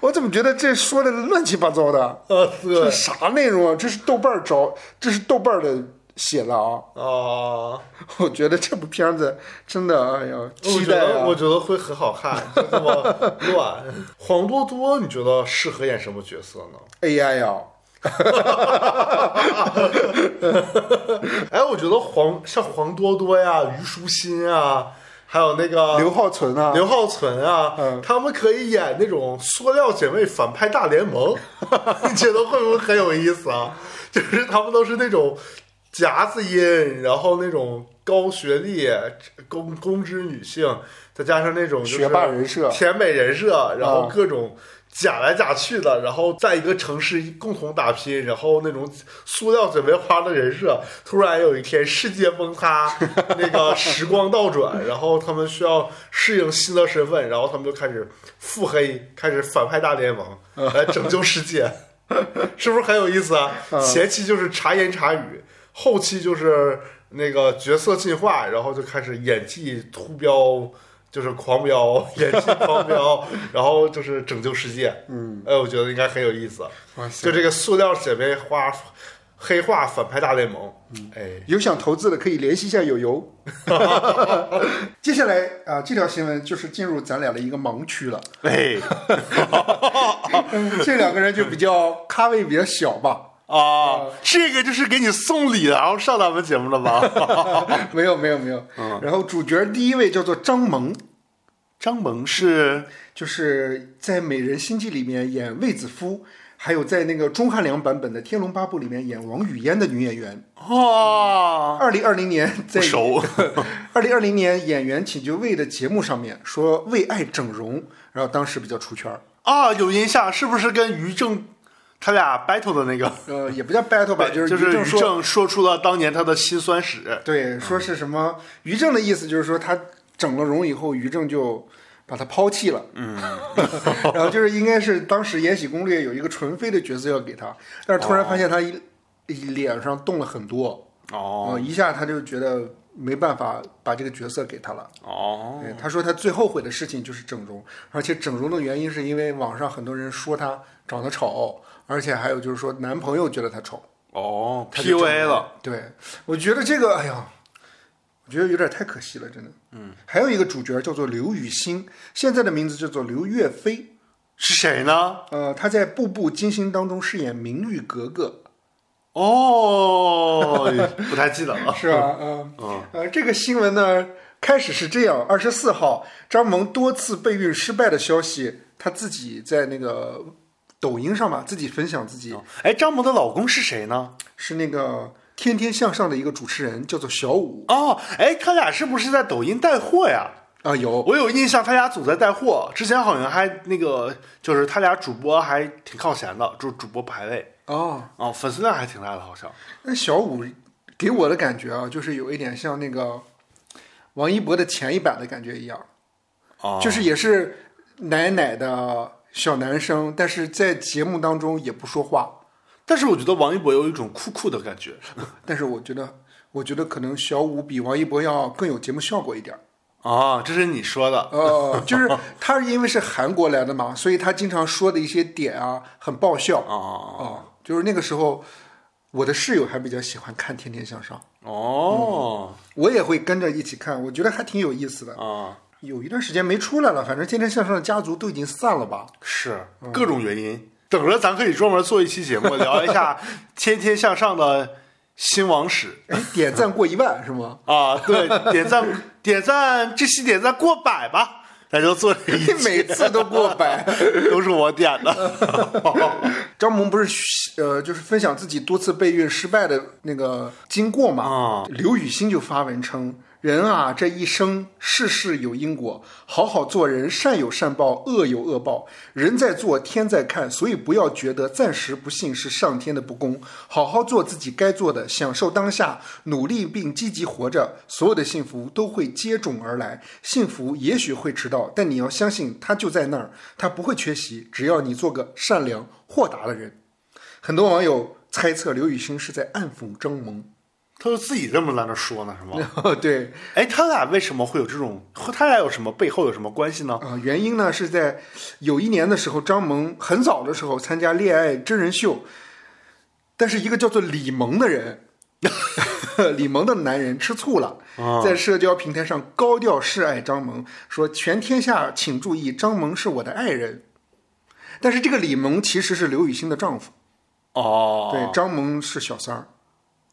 我怎么觉得这说的乱七八糟的？啊呃，对这是啥内容啊？这是豆瓣儿找，这是豆瓣儿的写的啊！ [LAUGHS] 啊，我觉得这部片子真的，哎呀，我期觉待得啊我！觉得会很好看，就这么 [LAUGHS] 乱。黄多多，你觉得适合演什么角色呢？ AI 呀、哎，我觉得黄像黄多多呀、虞书欣啊，还有那个刘浩存啊，刘浩存啊，嗯他们可以演那种塑料姐妹反派大联 [LAUGHS] 盟，你觉得会不会很有意思啊？就是他们都是那种夹子音，然后那种高学历、公公知女性，再加上那种就是学霸人设甜美人设，然后啊各种。假来假去的，然后在一个城市共同打拼，然后那种塑料姐妹花的人设，突然有一天世界崩塌，那个时光倒转，然后他们需要适应新的身份，然后他们就开始腹黑，开始反派大联盟来拯救世界，是不是很有意思啊？嗯前期就是茶言茶语，后期就是那个角色进化，然后就开始演技突飙。就是狂飙，演技狂 [LAUGHS] 飙，然后就是拯救世界。嗯，哎，我觉得应该很有意思。啊哇就这个塑料姐妹花黑化反派大联盟，嗯哎，有想投资的可以联系一下 [LAUGHS] 友友。接下来啊、这条新闻就是进入咱俩的一个盲区了。哎，这两个人就比较咖位比较小吧。啊，这个就是给你送礼的，然后上咱们节目了吧？嗯没有没有没有，然后主角第一位叫做张萌，张萌是就是在《美人心计》里面演卫子夫，还有在那个钟汉良版本的《天龙八部》里面演王语嫣的女演员。哇，二零二零年在不熟 [LAUGHS] 二零二零年演员请就位的节目上面说为爱整容，然后当时比较出圈儿，啊，有印象，是不是跟于正他俩 battle 的那个？呃，也不叫 battle 吧，就是就是于于正说。正说出了当年他的辛酸史。对，说是什么？于正的意思就是说，他整了容以后，于正就把他抛弃了。嗯， [LAUGHS] 然后就是应该是当时《延禧攻略》有一个纯妃的角色要给他，但是突然发现他一一脸上动了很多，哦呃一下他就觉得没办法把这个角色给他了。哦，对，他说他最后悔的事情就是整容，而且整容的原因是因为网上很多人说他长得丑，而且还有就是说男朋友觉得他丑。哦他就，PUA 整了。。对，我觉得这个，哎呀，我觉得有点太可惜了，真的。嗯，还有一个主角叫做刘雨欣，现在的名字叫做刘岳飞。是谁呢？呃，她在《步步惊心》当中饰演明玉格格， [LAUGHS] 哦，不太记得了。是吧？嗯、呃，这个新闻呢，开始是这样：二十四号，张萌多次备孕失败的消息，她自己在那个抖音上吧，自己分享自己哎，张萌的老公是谁呢？是那个《天天向上》的一个主持人，叫做小五哦，哎，他俩是不是在抖音带货呀？啊、有我有印象，他俩总在带货。之前好像还那个，就是他俩主播还挺靠前的，就是主播排位哦，啊、哦，粉丝量还挺大的，好像。那小五给我的感觉啊，就是有一点像那个王一博的前一版的感觉一样，哦就是也是奶奶的小男生，但是在节目当中也不说话。但是我觉得王一博有一种酷酷的感觉。但是我觉得，我觉得可能小五比王一博要更有节目效果一点儿。哦，这是你说的。呃， [LAUGHS] 就是他因为是韩国来的嘛，所以他经常说的一些点啊，很爆笑。哦，哦，就是那个时候，我的室友还比较喜欢看《天天向上》，哦，我也会跟着一起看，我觉得还挺有意思的。啊，有一段时间没出来了，反正《天天向上》的家族都已经散了吧？是嗯各种原因。等着咱可以专门做一期节目，聊一 [LAUGHS] 下《天天向上》的新王史哎，点赞过一万是吗？啊！对，点赞点赞，这期点赞过百吧，咱就做这一期，每次都过百。都是我 [LAUGHS] 点的。张萌不是呃，就是分享自己多次备孕失败的那个经过嘛？啊刘雨欣就发文称：“人啊，这一生世事有因果，好好做人，善有善报，恶有恶报。人在做，天在看，所以不要觉得暂时不幸是上天的不公，好好做自己该做的，享受当下，努力并积极活着，所有的幸福都会接踵而来。幸福也许会迟到，但你要相信它就在那儿，它不会缺席。只要你做个善良豁达的人。”很多网友猜测刘雨欣是在暗讽张萌。 [LAUGHS] 他就自己这么在那说呢，是吗？对，哎，他俩为什么会有这种？和他俩有什么背后有什么关系呢？啊、原因呢是在有一年的时候，张萌很早的时候参加恋爱真人秀，但是一个叫做李萌的人， [LAUGHS] 李萌的男人吃醋了，在社交平台上高调示爱张萌，说全天下请注意，张萌是我的爱人。但是这个李萌其实是刘雨欣的丈夫，哦，对，张萌是小三儿。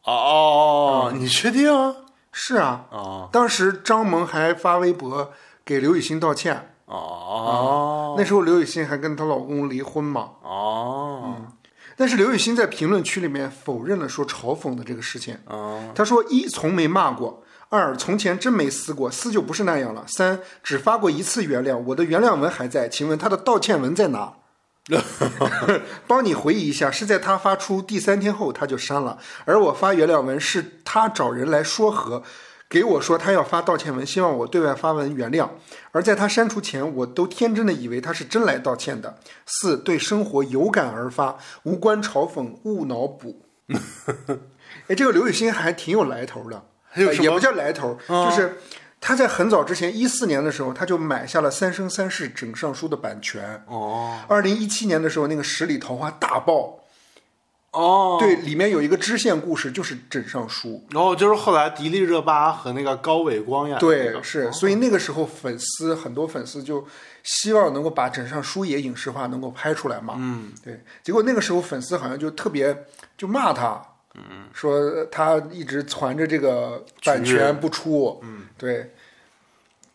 哦哦，嗯哦你确定啊？是啊，哦当时张萌还发微博给刘雨欣道歉，啊哦那时候刘雨欣还跟她老公离婚嘛。哦但是刘雨欣在评论区里面否认了说嘲讽的这个事情，哦她说一从没骂过，二从前真没撕过，撕就不是那样了，三只发过一次原谅，我的原谅文还在，请问她的道歉文在哪？帮你回忆一下，是在她发出第三天后她就删了，而我发原谅文是她找人来说和。给我说她要发道歉文，希望我对外发文原谅。而在她删除前，我都天真的以为她是真来道歉的。四对生活有感而发，无关嘲讽，勿脑 [LAUGHS] 补。哎，这个刘雨欣还挺有来头的，还有呃什么哦也不叫来头，就是她在很早之前，一四年的时候，她就买下了《三生三世枕上书》的版权。哦二零一七年的时候，那个《十里桃花》大爆，哦，对，里面有一个支线故事就是枕上书，然后就是后来迪丽热巴和那个高伟光演的那对，个是，所以那个时候粉丝很多粉丝就希望能够把枕上书也影视化，能够拍出来嘛，嗯，对，结果那个时候粉丝好像就特别就骂他，嗯，说他一直传着这个版曲权不出，嗯，对，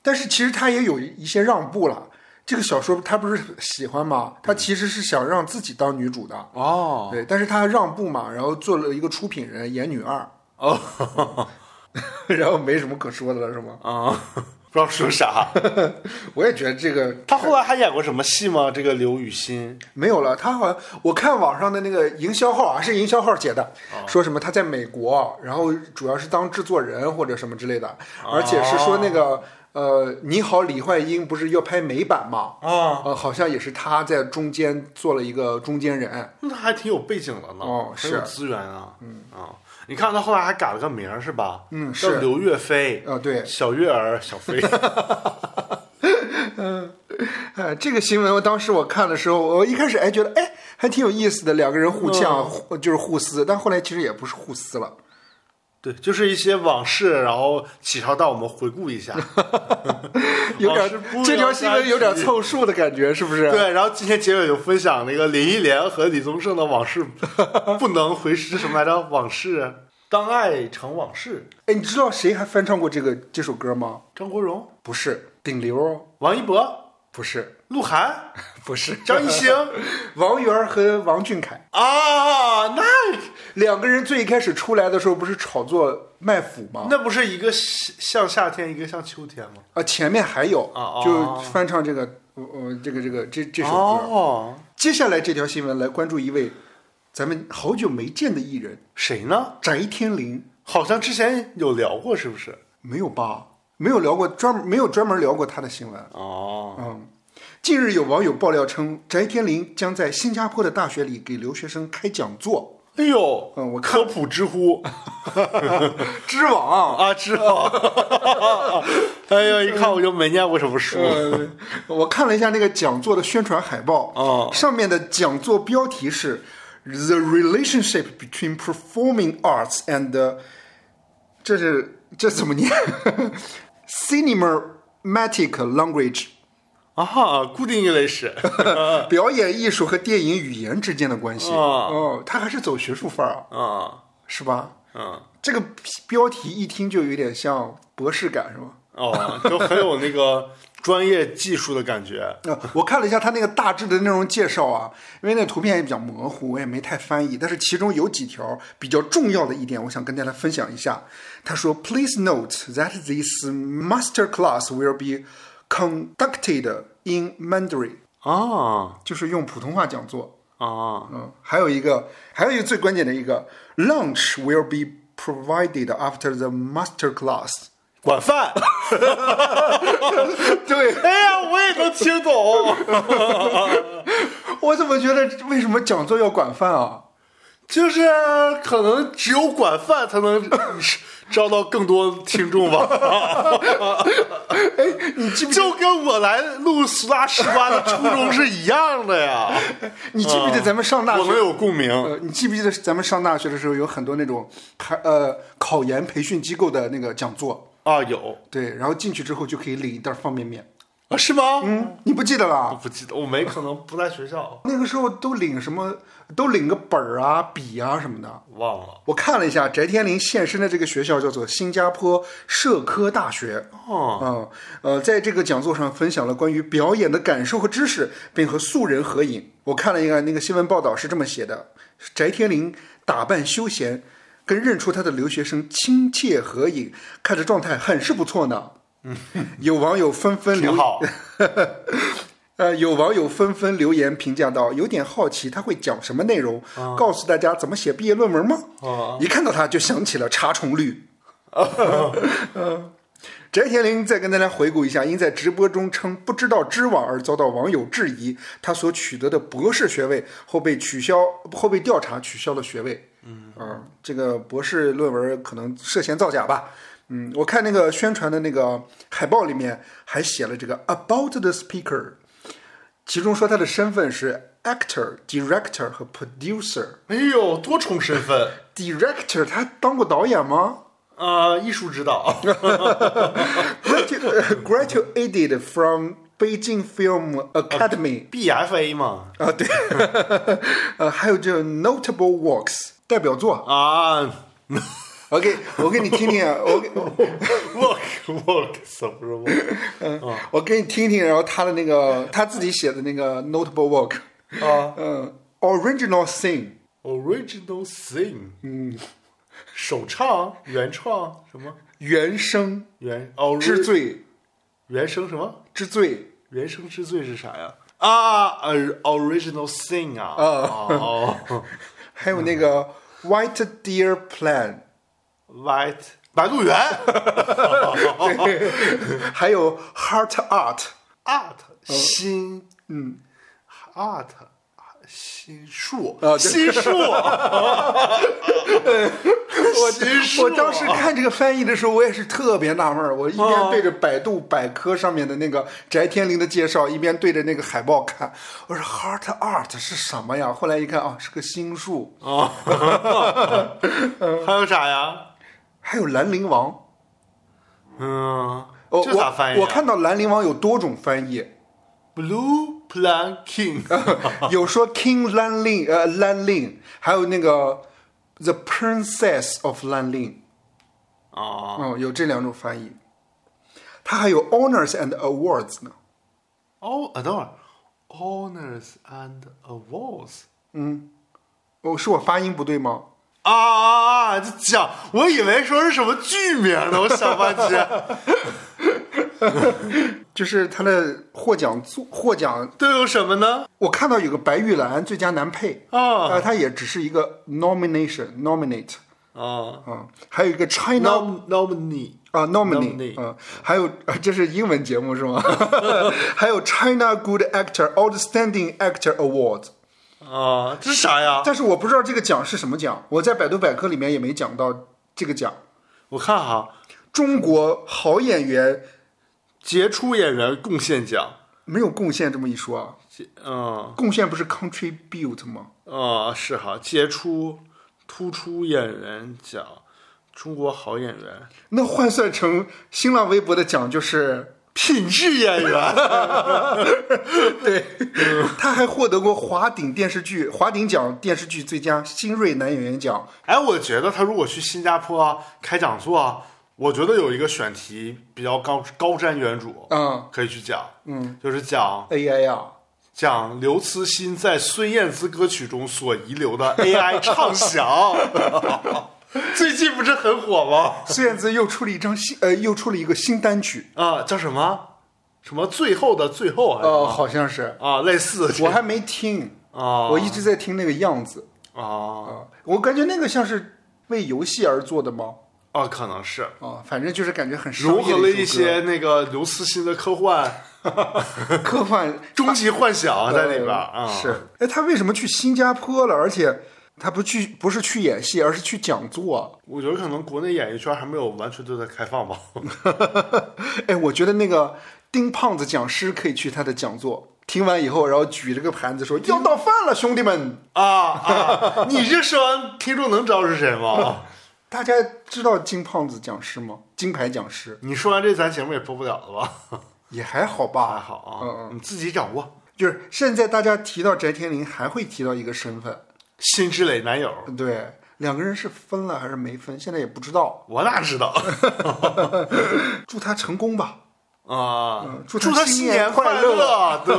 但是其实他也有一些让步了。这个小说他不是喜欢嘛，他其实是想让自己当女主的，哦对，但是他让步嘛，然后做了一个出品人，演女二，哦 [LAUGHS] 然后没什么可说的了，是吗？啊， [LAUGHS] 不知道说啥。我也觉得这个他后来还演过什么戏吗？这个刘雨欣没有了。他好像我看网上的那个营销号啊，是营销号写的，说什么他在美国，然后主要是当制作人或者什么之类的，而且是说那个呃，你好，李焕英不是要拍美版嘛？啊，呃，好像也是他在中间做了一个中间人。那还挺有背景的呢，哦很有是资源啊，嗯啊。你看他后来还改了个名儿是吧？嗯叫是刘岳飞，啊对小月儿，小 [LAUGHS] 飞。呃，这个新闻我当时我看的时候，我一开始哎觉得哎还挺有意思的，两个人互嗯呛、互就是互撕，但后来其实也不是互撕哦了。对，就是一些往事，然后启超带我们回顾一下。 [LAUGHS] 有点老师不这条要新着闻有点急凑数的感觉，是不是？，对，然后今天结尾就分享那个林忆莲和李宗盛的往事，不能回是什么来着？往事，当爱成往事。哎，你知道谁还翻唱过这个这首歌吗？张国荣、不是顶流哦，王一博、不是，鹿晗、不是 [LAUGHS] 张艺兴王源和王俊凯啊，那两个人最一开始出来的时候不是炒作卖腐吗？那不是一个像夏天，一个像秋天吗？啊，前面还有啊哦就翻唱这个呃呃这个这个这这首歌。哦，接下来这条新闻来关注一位咱们好久没见的艺人谁呢？翟天临，好像之前有聊过，是不是？没有吧？没有聊过专门没有专门聊过他的新闻。哦，嗯，近日有网友爆料称，翟天临将在新加坡的大学里给留学生开讲座。哎呦，嗯我科普知 [LAUGHS] 乎知网，啊，知道。 [LAUGHS] 哎呦，一看我就没念过什么书。呃，我看了一下那个讲座的宣传海报，哦上面的讲座标题是。 the relationship between performing arts and the 这是这怎么念 cinematic language 啊哈，固定 English 嗯表演艺术和电影语言之间的关系。啊哦，他还是走学术范儿啊，啊，是吧？嗯，这个标题一听就有点像博士感，是吗？哦，就很有那个专业技术的感觉。呃，我看了一下他那个大致的内容介绍啊，因为那图片也比较模糊，我也没太翻译。但是其中有几条比较重要的一点，我想跟大家分享一下。他说：“Please note that this master class will be conducted in Mandarin，啊就是用普通话讲座。啊嗯，还有一个，还有一个最关键的一个，lunch will be provided after the master class。管饭， [LAUGHS] 对，哎呀，我也能听懂，我怎么觉得为什么讲座要管饭啊？就是可能只有管饭才能招到更多听众吧，哎你记不 [LAUGHS] 就跟我来录俗大十八的初衷是一样的呀。啊你 [LAUGHS] 记嗯不记得咱们上大学？我们有共鸣，呃，你记不记得咱们上大学的时候有很多那种还呃考研培训机构的那个讲座？啊，有对，然后进去之后就可以领一袋方便面。啊，是吗？啊嗯，你不记得了？不记得，我没可能不在学校，那个时候都领什么？都领个本儿啊、笔啊什么的。忘了。我看了一下翟天临现身的这个学校叫做新加坡社科大学。哦，嗯，呃，在这个讲座上分享了关于表演的感受和知识，并和素人合影。我看了一个那个新闻报道是这么写的：翟天临打扮休闲，跟认出他的留学生亲切合影，看着状态很是不错 [LAUGHS] 呢。嗯，有网友纷纷留挺好。呃，有网友纷纷留言评价道：“有点好奇他会讲什么内容，啊告诉大家怎么写毕业论文吗？”一看到他就想起了查重 [LAUGHS] 嗯率。翟天临再跟大家回顾一下，因在直播中称不知道知网而遭到网友质疑，他所取得的博士学位后被取消，后被调查取消了学位。嗯、这个博士论文可能涉嫌造假吧。嗯，我看那个宣传的那个海报里面还写了这个 about the speaker，其中说他的身份是 actor、director 和 producer。哎呦，多重身份 director 他当过导演吗？啊、艺术指导 [LAUGHS] Gradu- graduated from Beijing Film [LAUGHS] Academy ，BFA 嘛，啊，对， [LAUGHS] 呃，还有这 notable works 代表作。啊 [LAUGHS] OK，我给你听听，我给哦，work work 什么什么，我给你听听，然后他的那个他自己写的那个 notable work 啊嗯，original thing ，original sing，嗯，首唱、原创什么原声原哦之最原声什么之最原声之最是啥呀？啊，呃，original sing 啊，哦哦还有那个 White Deer Plan， [LAUGHS] ，white 白鹿原还有 Heart Art。 art 心，嗯，art 心树啊对，心树，我心术我当时看这个翻译的时候，我也是特别纳闷儿。我一边啊对着百度百科上面的那个翟天临的介绍，一边对着那个海报看。我说 “heart art” 是什么呀？后来一看啊，是个心术，啊 [LAUGHS] 还有啥呀？还有兰陵王。嗯，哦，这咋翻译啊？我？我看到兰陵王有多种翻 [LAUGHS] 译， Blue Plan King 有说 “King Lan Ling”，呃，兰陵，还有那个 “The Princess of Lan Ling”。啊嗯，有这两种翻译。它还有 “honors” and “awards” 呢。哦，啊等会儿，Honors and Awards 哦，是我发音不对吗？啊啊啊！这讲，我以为说是什么剧名呢，我想半天， [LAUGHS] 就是他的获奖作获奖，都有什么呢？我看到有个白玉兰最佳男配，啊呃，他也只是一个 nomination nominate 啊啊、还有一个 China 啊、 ，Nom Nominee 呃 nominee nominee 啊、还有呃这是英文节目是吗？ [LAUGHS] 还有 China Good Actor Outstanding Actor Award，啊，这是啥呀？但是我不知道这个奖是什么奖，我在百度百科里面也没讲到这个奖。我看哈，中国好演员杰出演员贡献奖没有贡献这么一说啊。嗯贡献不是 contribute 吗？啊、是哈，杰出突出演员奖，中国好演员，那换算成新浪微博的奖就是，品质演员，对，嗯 [LAUGHS] 他还获得过华鼎电视剧华鼎奖电视剧最佳新锐男演员奖。 [LAUGHS] 哎，我觉得他如果去新加坡啊开讲座啊，我觉得有一个选题比较高高瞻远瞩，嗯可以去讲，嗯就是讲，AI 啊，讲刘慈欣在孙燕姿歌曲中所遗留的 AI 唱响。 [LAUGHS] 最近不是很火吗？孙燕姿又出了一张新呃，又出了一个新单曲。啊，叫什么？什么最后的最后还是什哦，么？好像是，啊，类似我还没听，啊，我一直在听那个样子啊啊，我感觉那个像是为游戏而做的吗？啊，可能是啊，反正就是感觉很商融业合的了一一首歌些那个刘慈欣的科幻、科幻终极幻想在里 [LAUGHS] 边呃啊。是，哎，他为什么去新加坡了？而且他不去，不是去演戏，而是去讲座。啊我觉得可能国内演艺圈还没有完全对它开 [LAUGHS] 放吧。哎，我觉得那个丁胖子讲师可以去他的讲座，听完以后，然后举着个盘子说要到饭了，兄弟们。啊啊！你这说完，听众能知道是谁吗？啊大家知道金胖子讲师吗？金牌讲师你说完这，咱节目也播不了了吧？也还好还吧，好嗯啊，你自己掌握。就是现在大家提到翟天临，还会提到一个身份，辛芷蕾男友，对，两个人是分了还是没分，现在也不知道。我哪知 [LAUGHS] 道祝他成功吧。啊嗯？祝祝他他新新年年快快乐！ [LAUGHS] 对，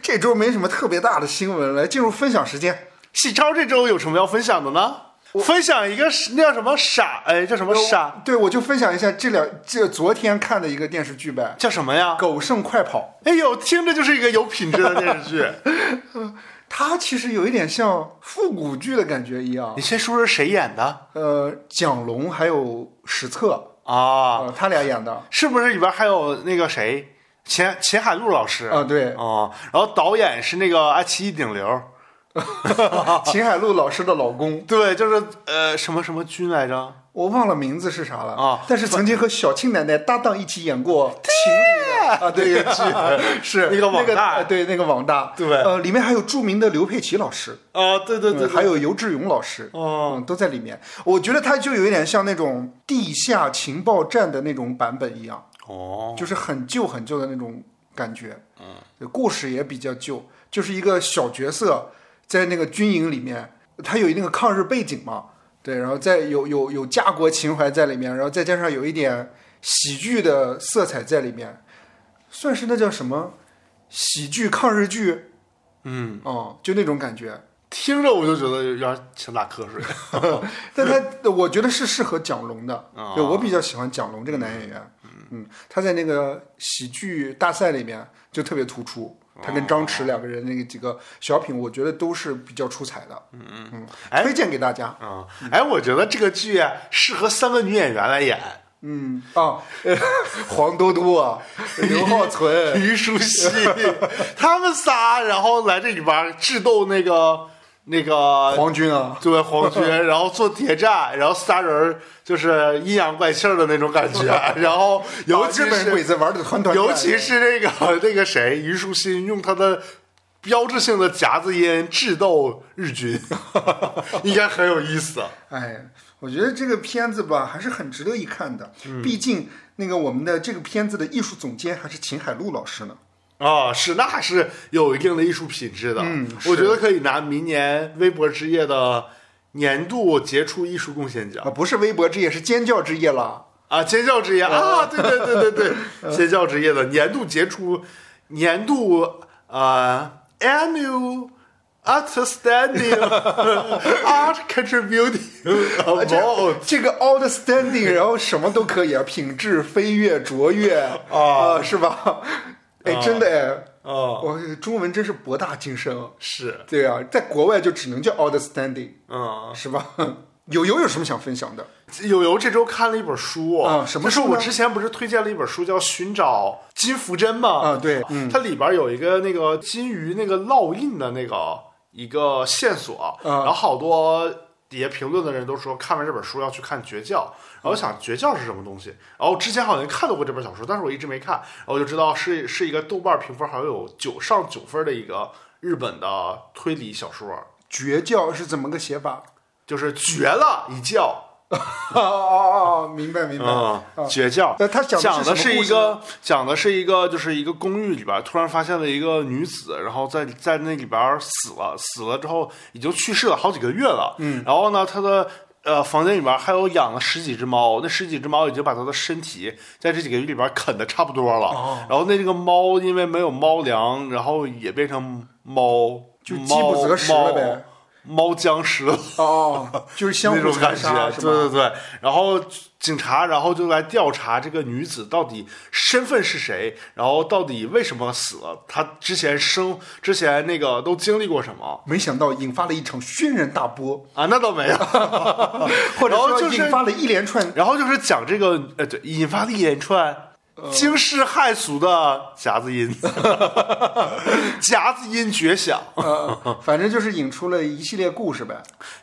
这周没什么特别大的新闻，来进入分享时间。喜超这周有什么要分享的呢？分享一个是那叫什么傻？哎，叫什么傻？对，呃我就分享一下这两这昨天看的一个电视剧呗，叫什么呀？《狗剩快跑哎呦，听着就是一个有品质的电视 [LAUGHS] 剧。》，它其实有一点像复古剧的感觉一样你。先说说谁演的呃，蒋龙还有史策，啊？呃，他俩演的啊、是不是里边还有那个谁，钱钱海璐老师？啊对，哦，然后导演是那个爱奇艺顶流，啊秦海璐老师的老公，对，就是呃什么什么君来着？我忘了名字是啥了啊但是曾经和小庆奶奶搭档一起演过情侣的啊，对，那个剧 [LAUGHS] 是那个网大呃对，那个网大，对呃，里面还有著名的刘佩琦老师，啊，对对嗯还有尤志勇老师，哦嗯，都在里面。我觉得它就有一点像那种地下情报站的那种版本一样，哦，就是很旧很旧的那种感觉。嗯，故事也比较旧，就是一个小角色在那个军营里面，他有那个抗日背景嘛，对，然后再有有有家国情怀在里面，然后再加上有一点喜剧的色彩在里面，算是那叫什么喜剧抗日剧，嗯，哦、就那种感觉。听着我就觉得有点想打瞌睡。 [LAUGHS] 但他我觉得是适合蒋龙的，啊对我比较喜欢蒋龙这个男演员。嗯，他在那个喜剧大赛里面就特别突出，他跟张哦弛两个人那个几个小品，我觉得都是比较出彩的。嗯嗯哎推荐给大家。啊，哎，我觉得这个剧啊适合三个女演员来演，嗯啊， [LAUGHS] 呃黄多多啊，刘浩 [LAUGHS] 存，虞书欣，他们仨，然后来这里边儿智斗那个那个黄军啊，对黄军， [LAUGHS] 然后做谍战，然后仨人儿就是阴阳怪气儿的那种 [LAUGHS] 感觉，然后 [LAUGHS] 尤把其啊日本鬼是子玩的团团转，尤其是那个 [LAUGHS] 那个谁虞书欣用他的。标志性的夹子音智斗日军， [LAUGHS] 应该很有意思。哎，我觉得这个片子吧，还是很值得一看的。嗯毕竟那个我们的这个片子的艺术总监还是秦海璐老师呢。啊、是，那还是有一定的艺术品质的。嗯我是觉得可以拿明年微博之夜的年度杰出艺术贡献奖啊，不是微博之夜，是尖叫之夜啦！啊，尖叫之夜啊，对对对对 [LAUGHS] 对，尖叫之夜的年度杰出、年度呃 annual [LAUGHS] outstanding art contributing 哦啊这 award。这个 outstanding，然后什么都可以啊，品质飞跃、卓越啊、是吧？哎，啊真的哎，哦，我中文真是博大精深啊。是，对啊，在国外就只能叫 outstanding，嗯，是吧？友友有什么想分享的？友友这周看了一本书哦啊什么就是书呢我之前不是推荐了一本书叫《寻找金福珍》吗？啊对嗯它里边有一个那个金鱼那个烙印的那个一个线索，啊然后好多。底下评论的人都说看完这本书要去看《绝教》，然后我想《绝教》是什么东西？然后之前好像看到过这本小说，但是我一直没看，然后我就知道是是一个豆瓣评分好像有九上九分的一个日本的推理小说，绝教是怎么个写法？就是绝了一觉。哦哦哦，明白明白。嗯，绝教。那他讲讲的的是是什么故一事呢个，讲的是一个，就是一个公寓里边突然发现了一个女子，然后在在那里边死了，死了之后已经去世了好几个月了。嗯，然后呢，她的呃房间里边还有养了十几只猫，那十几只猫已经把她的身体在这几个月里边啃的差不多了。哦然后那这个猫因为没有猫粮，然后也变成猫，就饥猫不择食了呗。猫猫僵尸了。哦哦，就是相那互种残感杀觉，是对吧？对对。然后警察，然后就来调查这个女子到底身份是谁，然后到底为什么死了，她之前生之前那个都经历过什么没想到引发了一场轩然大波，啊？那倒没有。 [LAUGHS] 或者然后说就是引发了一连串然后就是讲这个，呃，对，引发的一连串惊世骇俗的夹子音， [LAUGHS] 夹子音绝响。 [LAUGHS] 呃，反正就是引出了一系列故事呗。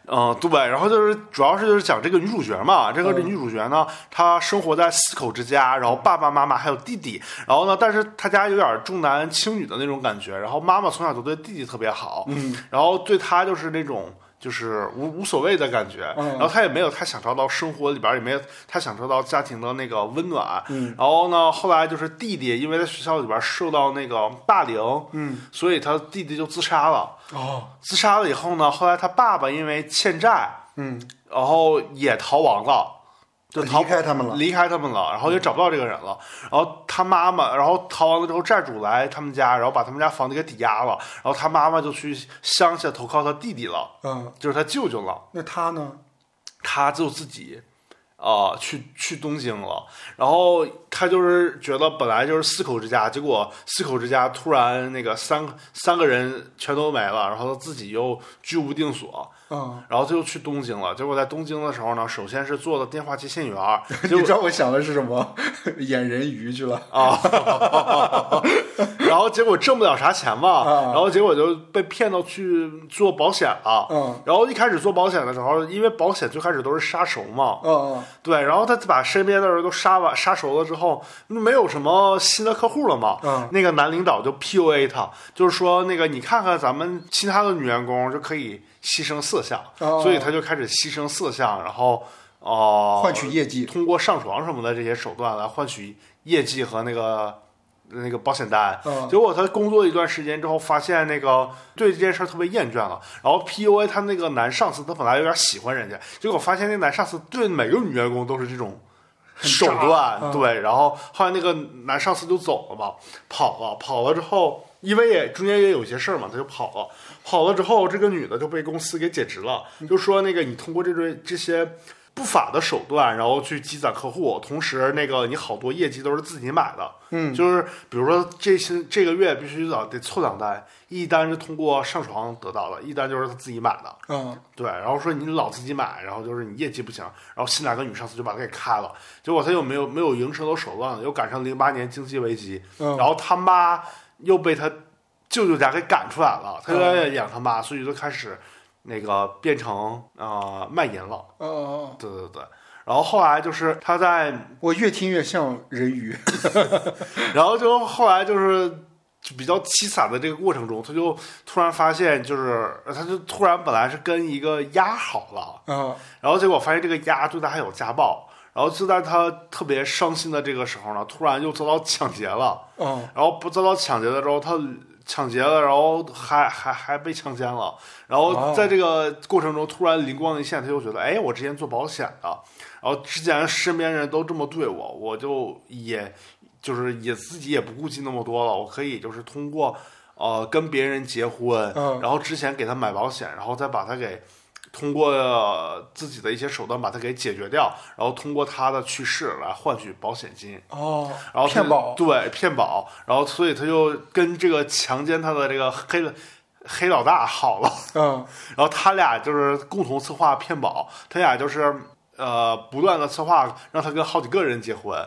嗯，对，然后就是主要是就是讲这个女主角嘛，这个女主角呢，她生活在四口之家，然后爸爸妈妈还有弟弟，然后呢，但是她家有点重男轻女的那种感觉，然后妈妈从小都对弟弟特别好，嗯，然后对她就是那种。就是无无所谓的感觉，然后她也没有她享受到生活里边儿，也没有她享受到家庭的那个温暖。嗯、然后呢，后来就是弟弟因为在学校里边儿受到那个霸凌，嗯，所以他弟弟就自杀了。哦，自杀了以后呢，后来他爸爸因为欠债，嗯，然后也逃亡了，就逃离开他们了离开他们了，然后也找不到这个人了。然后他妈妈，然后逃亡了之后，债主来他们家，然后把他们家房子给抵押了，然后他妈妈就去乡下投靠他弟弟了，嗯，就是他舅舅了。那他呢？他就自己啊、呃去去东京了。然后他就是觉得本来就是四口之家，结果四口之家突然那个三三个人全都没了，然后他自己又居无定所。嗯，然后他就去东京了，结果在东京的时候呢，首先是做的电话接线员儿，结你果知道我想的是什么？ [LAUGHS] 演人鱼去了。啊， [LAUGHS] 然后结果挣不了啥钱嘛，啊然后结果就被骗到去做保险了。嗯然后一开始做保险的时候，因为保险最开始都是杀熟嘛，哦对，然后他把身边的人都杀完、杀熟了之后，没有什么新的客户了嘛。嗯那个男领导就 PUA 他，就是说那个你看看咱们其他的女员工就可以牺牲色相，哦所以他就开始牺牲色相，然后哦，哦、换取业绩。通过上床什么的这些手段来换取业绩和那个那个保险单。嗯结果他工作一段时间之后，发现那个对这件事儿特别厌倦了，然后 PUA 他那个男上司，他本来有点喜欢人家，结果发现那男上司对每个女员工都是这种。手段、嗯对，然后后来那个男上司就走了嘛，跑了，跑了之后，因为也中间也有一些事儿嘛，他就跑了，跑了之后，这个女的就被公司给解职了，嗯就说那个你通过这种这些不法的手段，然后去积攒客户，同时那个你好多业绩都是自己买的，嗯，就是比如说这些这个月必须得得凑两单，一单是通过上床得到的，一单就是他自己买的，嗯，对，然后说你老自己买，然后就是你业绩不行，然后新来个女上司就把他给开了，结果他又没有没有营收的手段了，又赶上零八年经济危机，嗯然后他妈又被他舅舅家给赶出来了，他又要养他妈，所以就开始那个变成呃卖淫了，哦哦，对对对，然后后来就是他在哦我越听越像人鱼。然后就后来就是就比较凄惨的这个过程中，他就突然发现，就是他就突然本来是跟一个鸭好了，啊然后结果发现这个鸭对他还有家暴，然后就在他特别伤心的这个时候呢，突然又遭到抢劫了，哦然后不遭到抢劫了之后，他抢劫了，然后还还还被强奸了，然后在这个过程中突然灵光一现，他就觉得，哎，我之前做保险的，然后之前身边人都这么对我，我就也就是也自己也不顾及那么多了，我可以就是通过呃跟别人结婚，嗯然后之前给他买保险，然后再把他给。通过呃自己的一些手段把他给解决掉，然后通过他的去世来换取保险金，哦，然后他骗保。对骗保，然后所以他就跟这个强奸他的这个黑黑老大好了，嗯然后他俩就是呃共同策划骗保，他俩就是呃不断的策划让他跟好几个人结婚，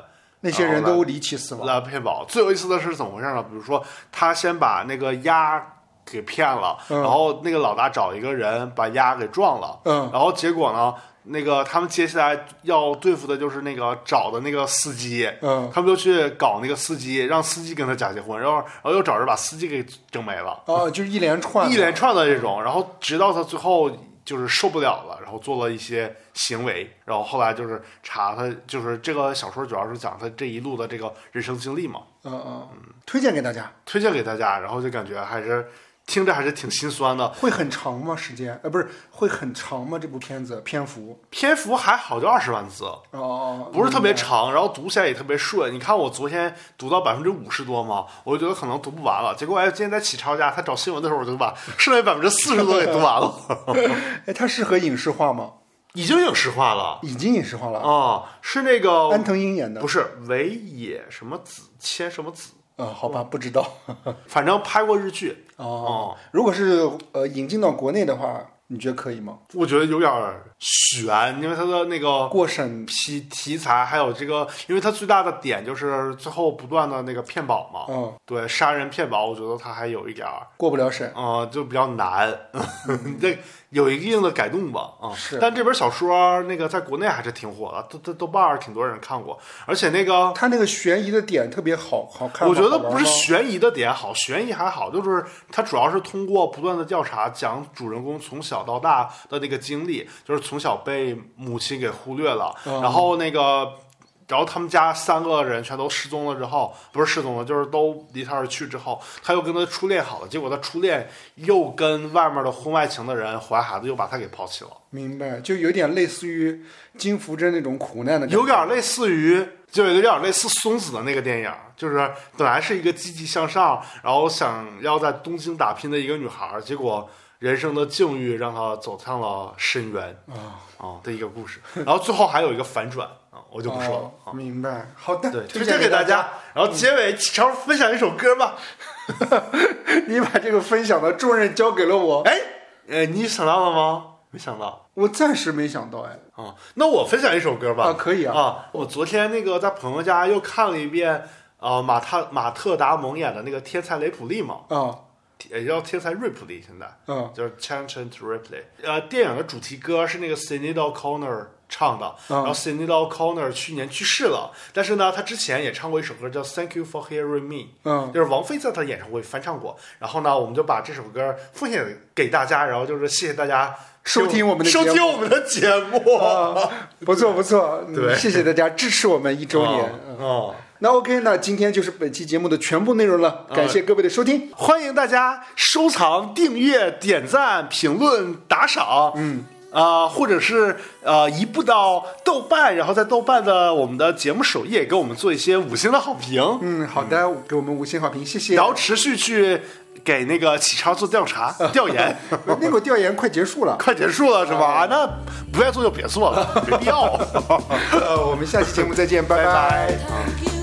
那些人哦都离奇死亡。来骗保。最有意思的是怎么回事呢？比如说，他先把那个鸭给骗了，然后那个老大找一个人把鸭给撞了，嗯然后结果呢，那个他们接下来要对付的就是那个找的那个司机，嗯他们就去搞那个司机，让司机跟他假结婚，然后然后又找人把司机给整没了，哦，就是一连串的一连串的这种，然后直到他最后就是受不了了，然后做了一些行为，然后后来就是查他，就是这个小说主要是讲他这一路的这个人生经历嘛，嗯嗯，嗯推荐给大家。推荐给大家，然后就感觉还是听着还是挺心酸的，会很长吗？时间？呃，不是，会很长吗？这部片子篇幅？篇幅还好，就二十万字，哦哦，哦不是特别明白长，然后读起来也特别顺。你看我昨天读到百分之五十多嘛，我就觉得可能读不完了。结果哎，今天在起抄家，他找新闻的时候，我就 [LAUGHS] 把剩下百分之四十多给读完了，哎，它适合影视化吗？已经影视化了 [LAUGHS] 已经影视化了。啊、是那个安藤英演的不。是尾野什么子千什么子，嗯，好吧，不知道。反正拍过日剧，哦，如果是呃引进到国内的话，你觉得可以吗？我觉得有点儿悬，因为它的那个过审？题题材还有这个，因为它最大的点就是最后不断的那个骗保嘛，嗯，对，杀人骗保，我觉得它还有一点儿，过不了审。呃，就比较难， [LAUGHS] 你得有一定的改动吧，啊、是但这本小说那个在国内还是挺火的，豆豆豆瓣儿挺多人看过，而且那个他那个悬疑的点特别好，好看吗。我觉得好玩不是吗悬疑的点好，悬疑还好，就是它主要是通过不断的调查，讲主人公从小到大的那个经历，就是从小被母亲给忽略了，嗯然后那个。然后他们家三个人全都失踪了之后，不是失踪了，就是都离他而去之后，他又跟他初恋好了，结果他初恋又跟外面的婚外情的人怀孩子，又把他给抛弃了，明白，就有点类似于金福珍那种苦难的感觉。有点类似于，就有点类似松子的那个电影，就是本来是一个积极向上，然后想要在东京打拼的一个女孩，结果人生的境遇让她走向了深渊啊啊、的一个故事，然后最后还有一个反转啊，我就不说了。哦明白，好的，对，推推荐荐给大大家。。嗯然后结尾，启超分享一首歌吧。你把这个分享的重任交给了我，哎，呃，你想到了吗？没想到。我暂时没想到哎。啊、那我分享一首歌吧。啊可以啊我昨天那个在朋友家又看了一遍，呃，马特马特达蒙演的那个《天才雷普利》嘛，啊也叫《天才瑞普利》，现在嗯就是 Chanchant Ripley。呃，电影的主题歌是那个 c i n e d a O'Connor 唱的，嗯然后 c i n e d a O'Connor 去年去世了，但是呢，他之前也唱过一首歌叫《Thank You for Hearing Me》。嗯，就是王菲在她演唱会翻唱过，然后呢，我们就把这首歌奉献给大家，然后就是谢谢大家收听我们的节收目听我们的节目。啊，不错不错，嗯对谢谢大家支持我们一周年。嗯哦，那 OK，那今天就是本期节目的全部内容啊了，感谢各位的收听。欢迎大家收藏、订阅、点赞、评论、打赏，嗯，啊、或者是呃，移步到豆瓣，然后在豆瓣的我们的节目首页给我们做一些五星的好评，嗯，好的，给我们五星好评，谢谢然。后持续去给那个启超做调查、调 [LAUGHS] 研。呃那个调研快结束 [LAUGHS] 了，快结束了是吧？哎啊那不愿意做就别做了，没必要。呃，我们下期节目再见，拜拜拜拜 Thank you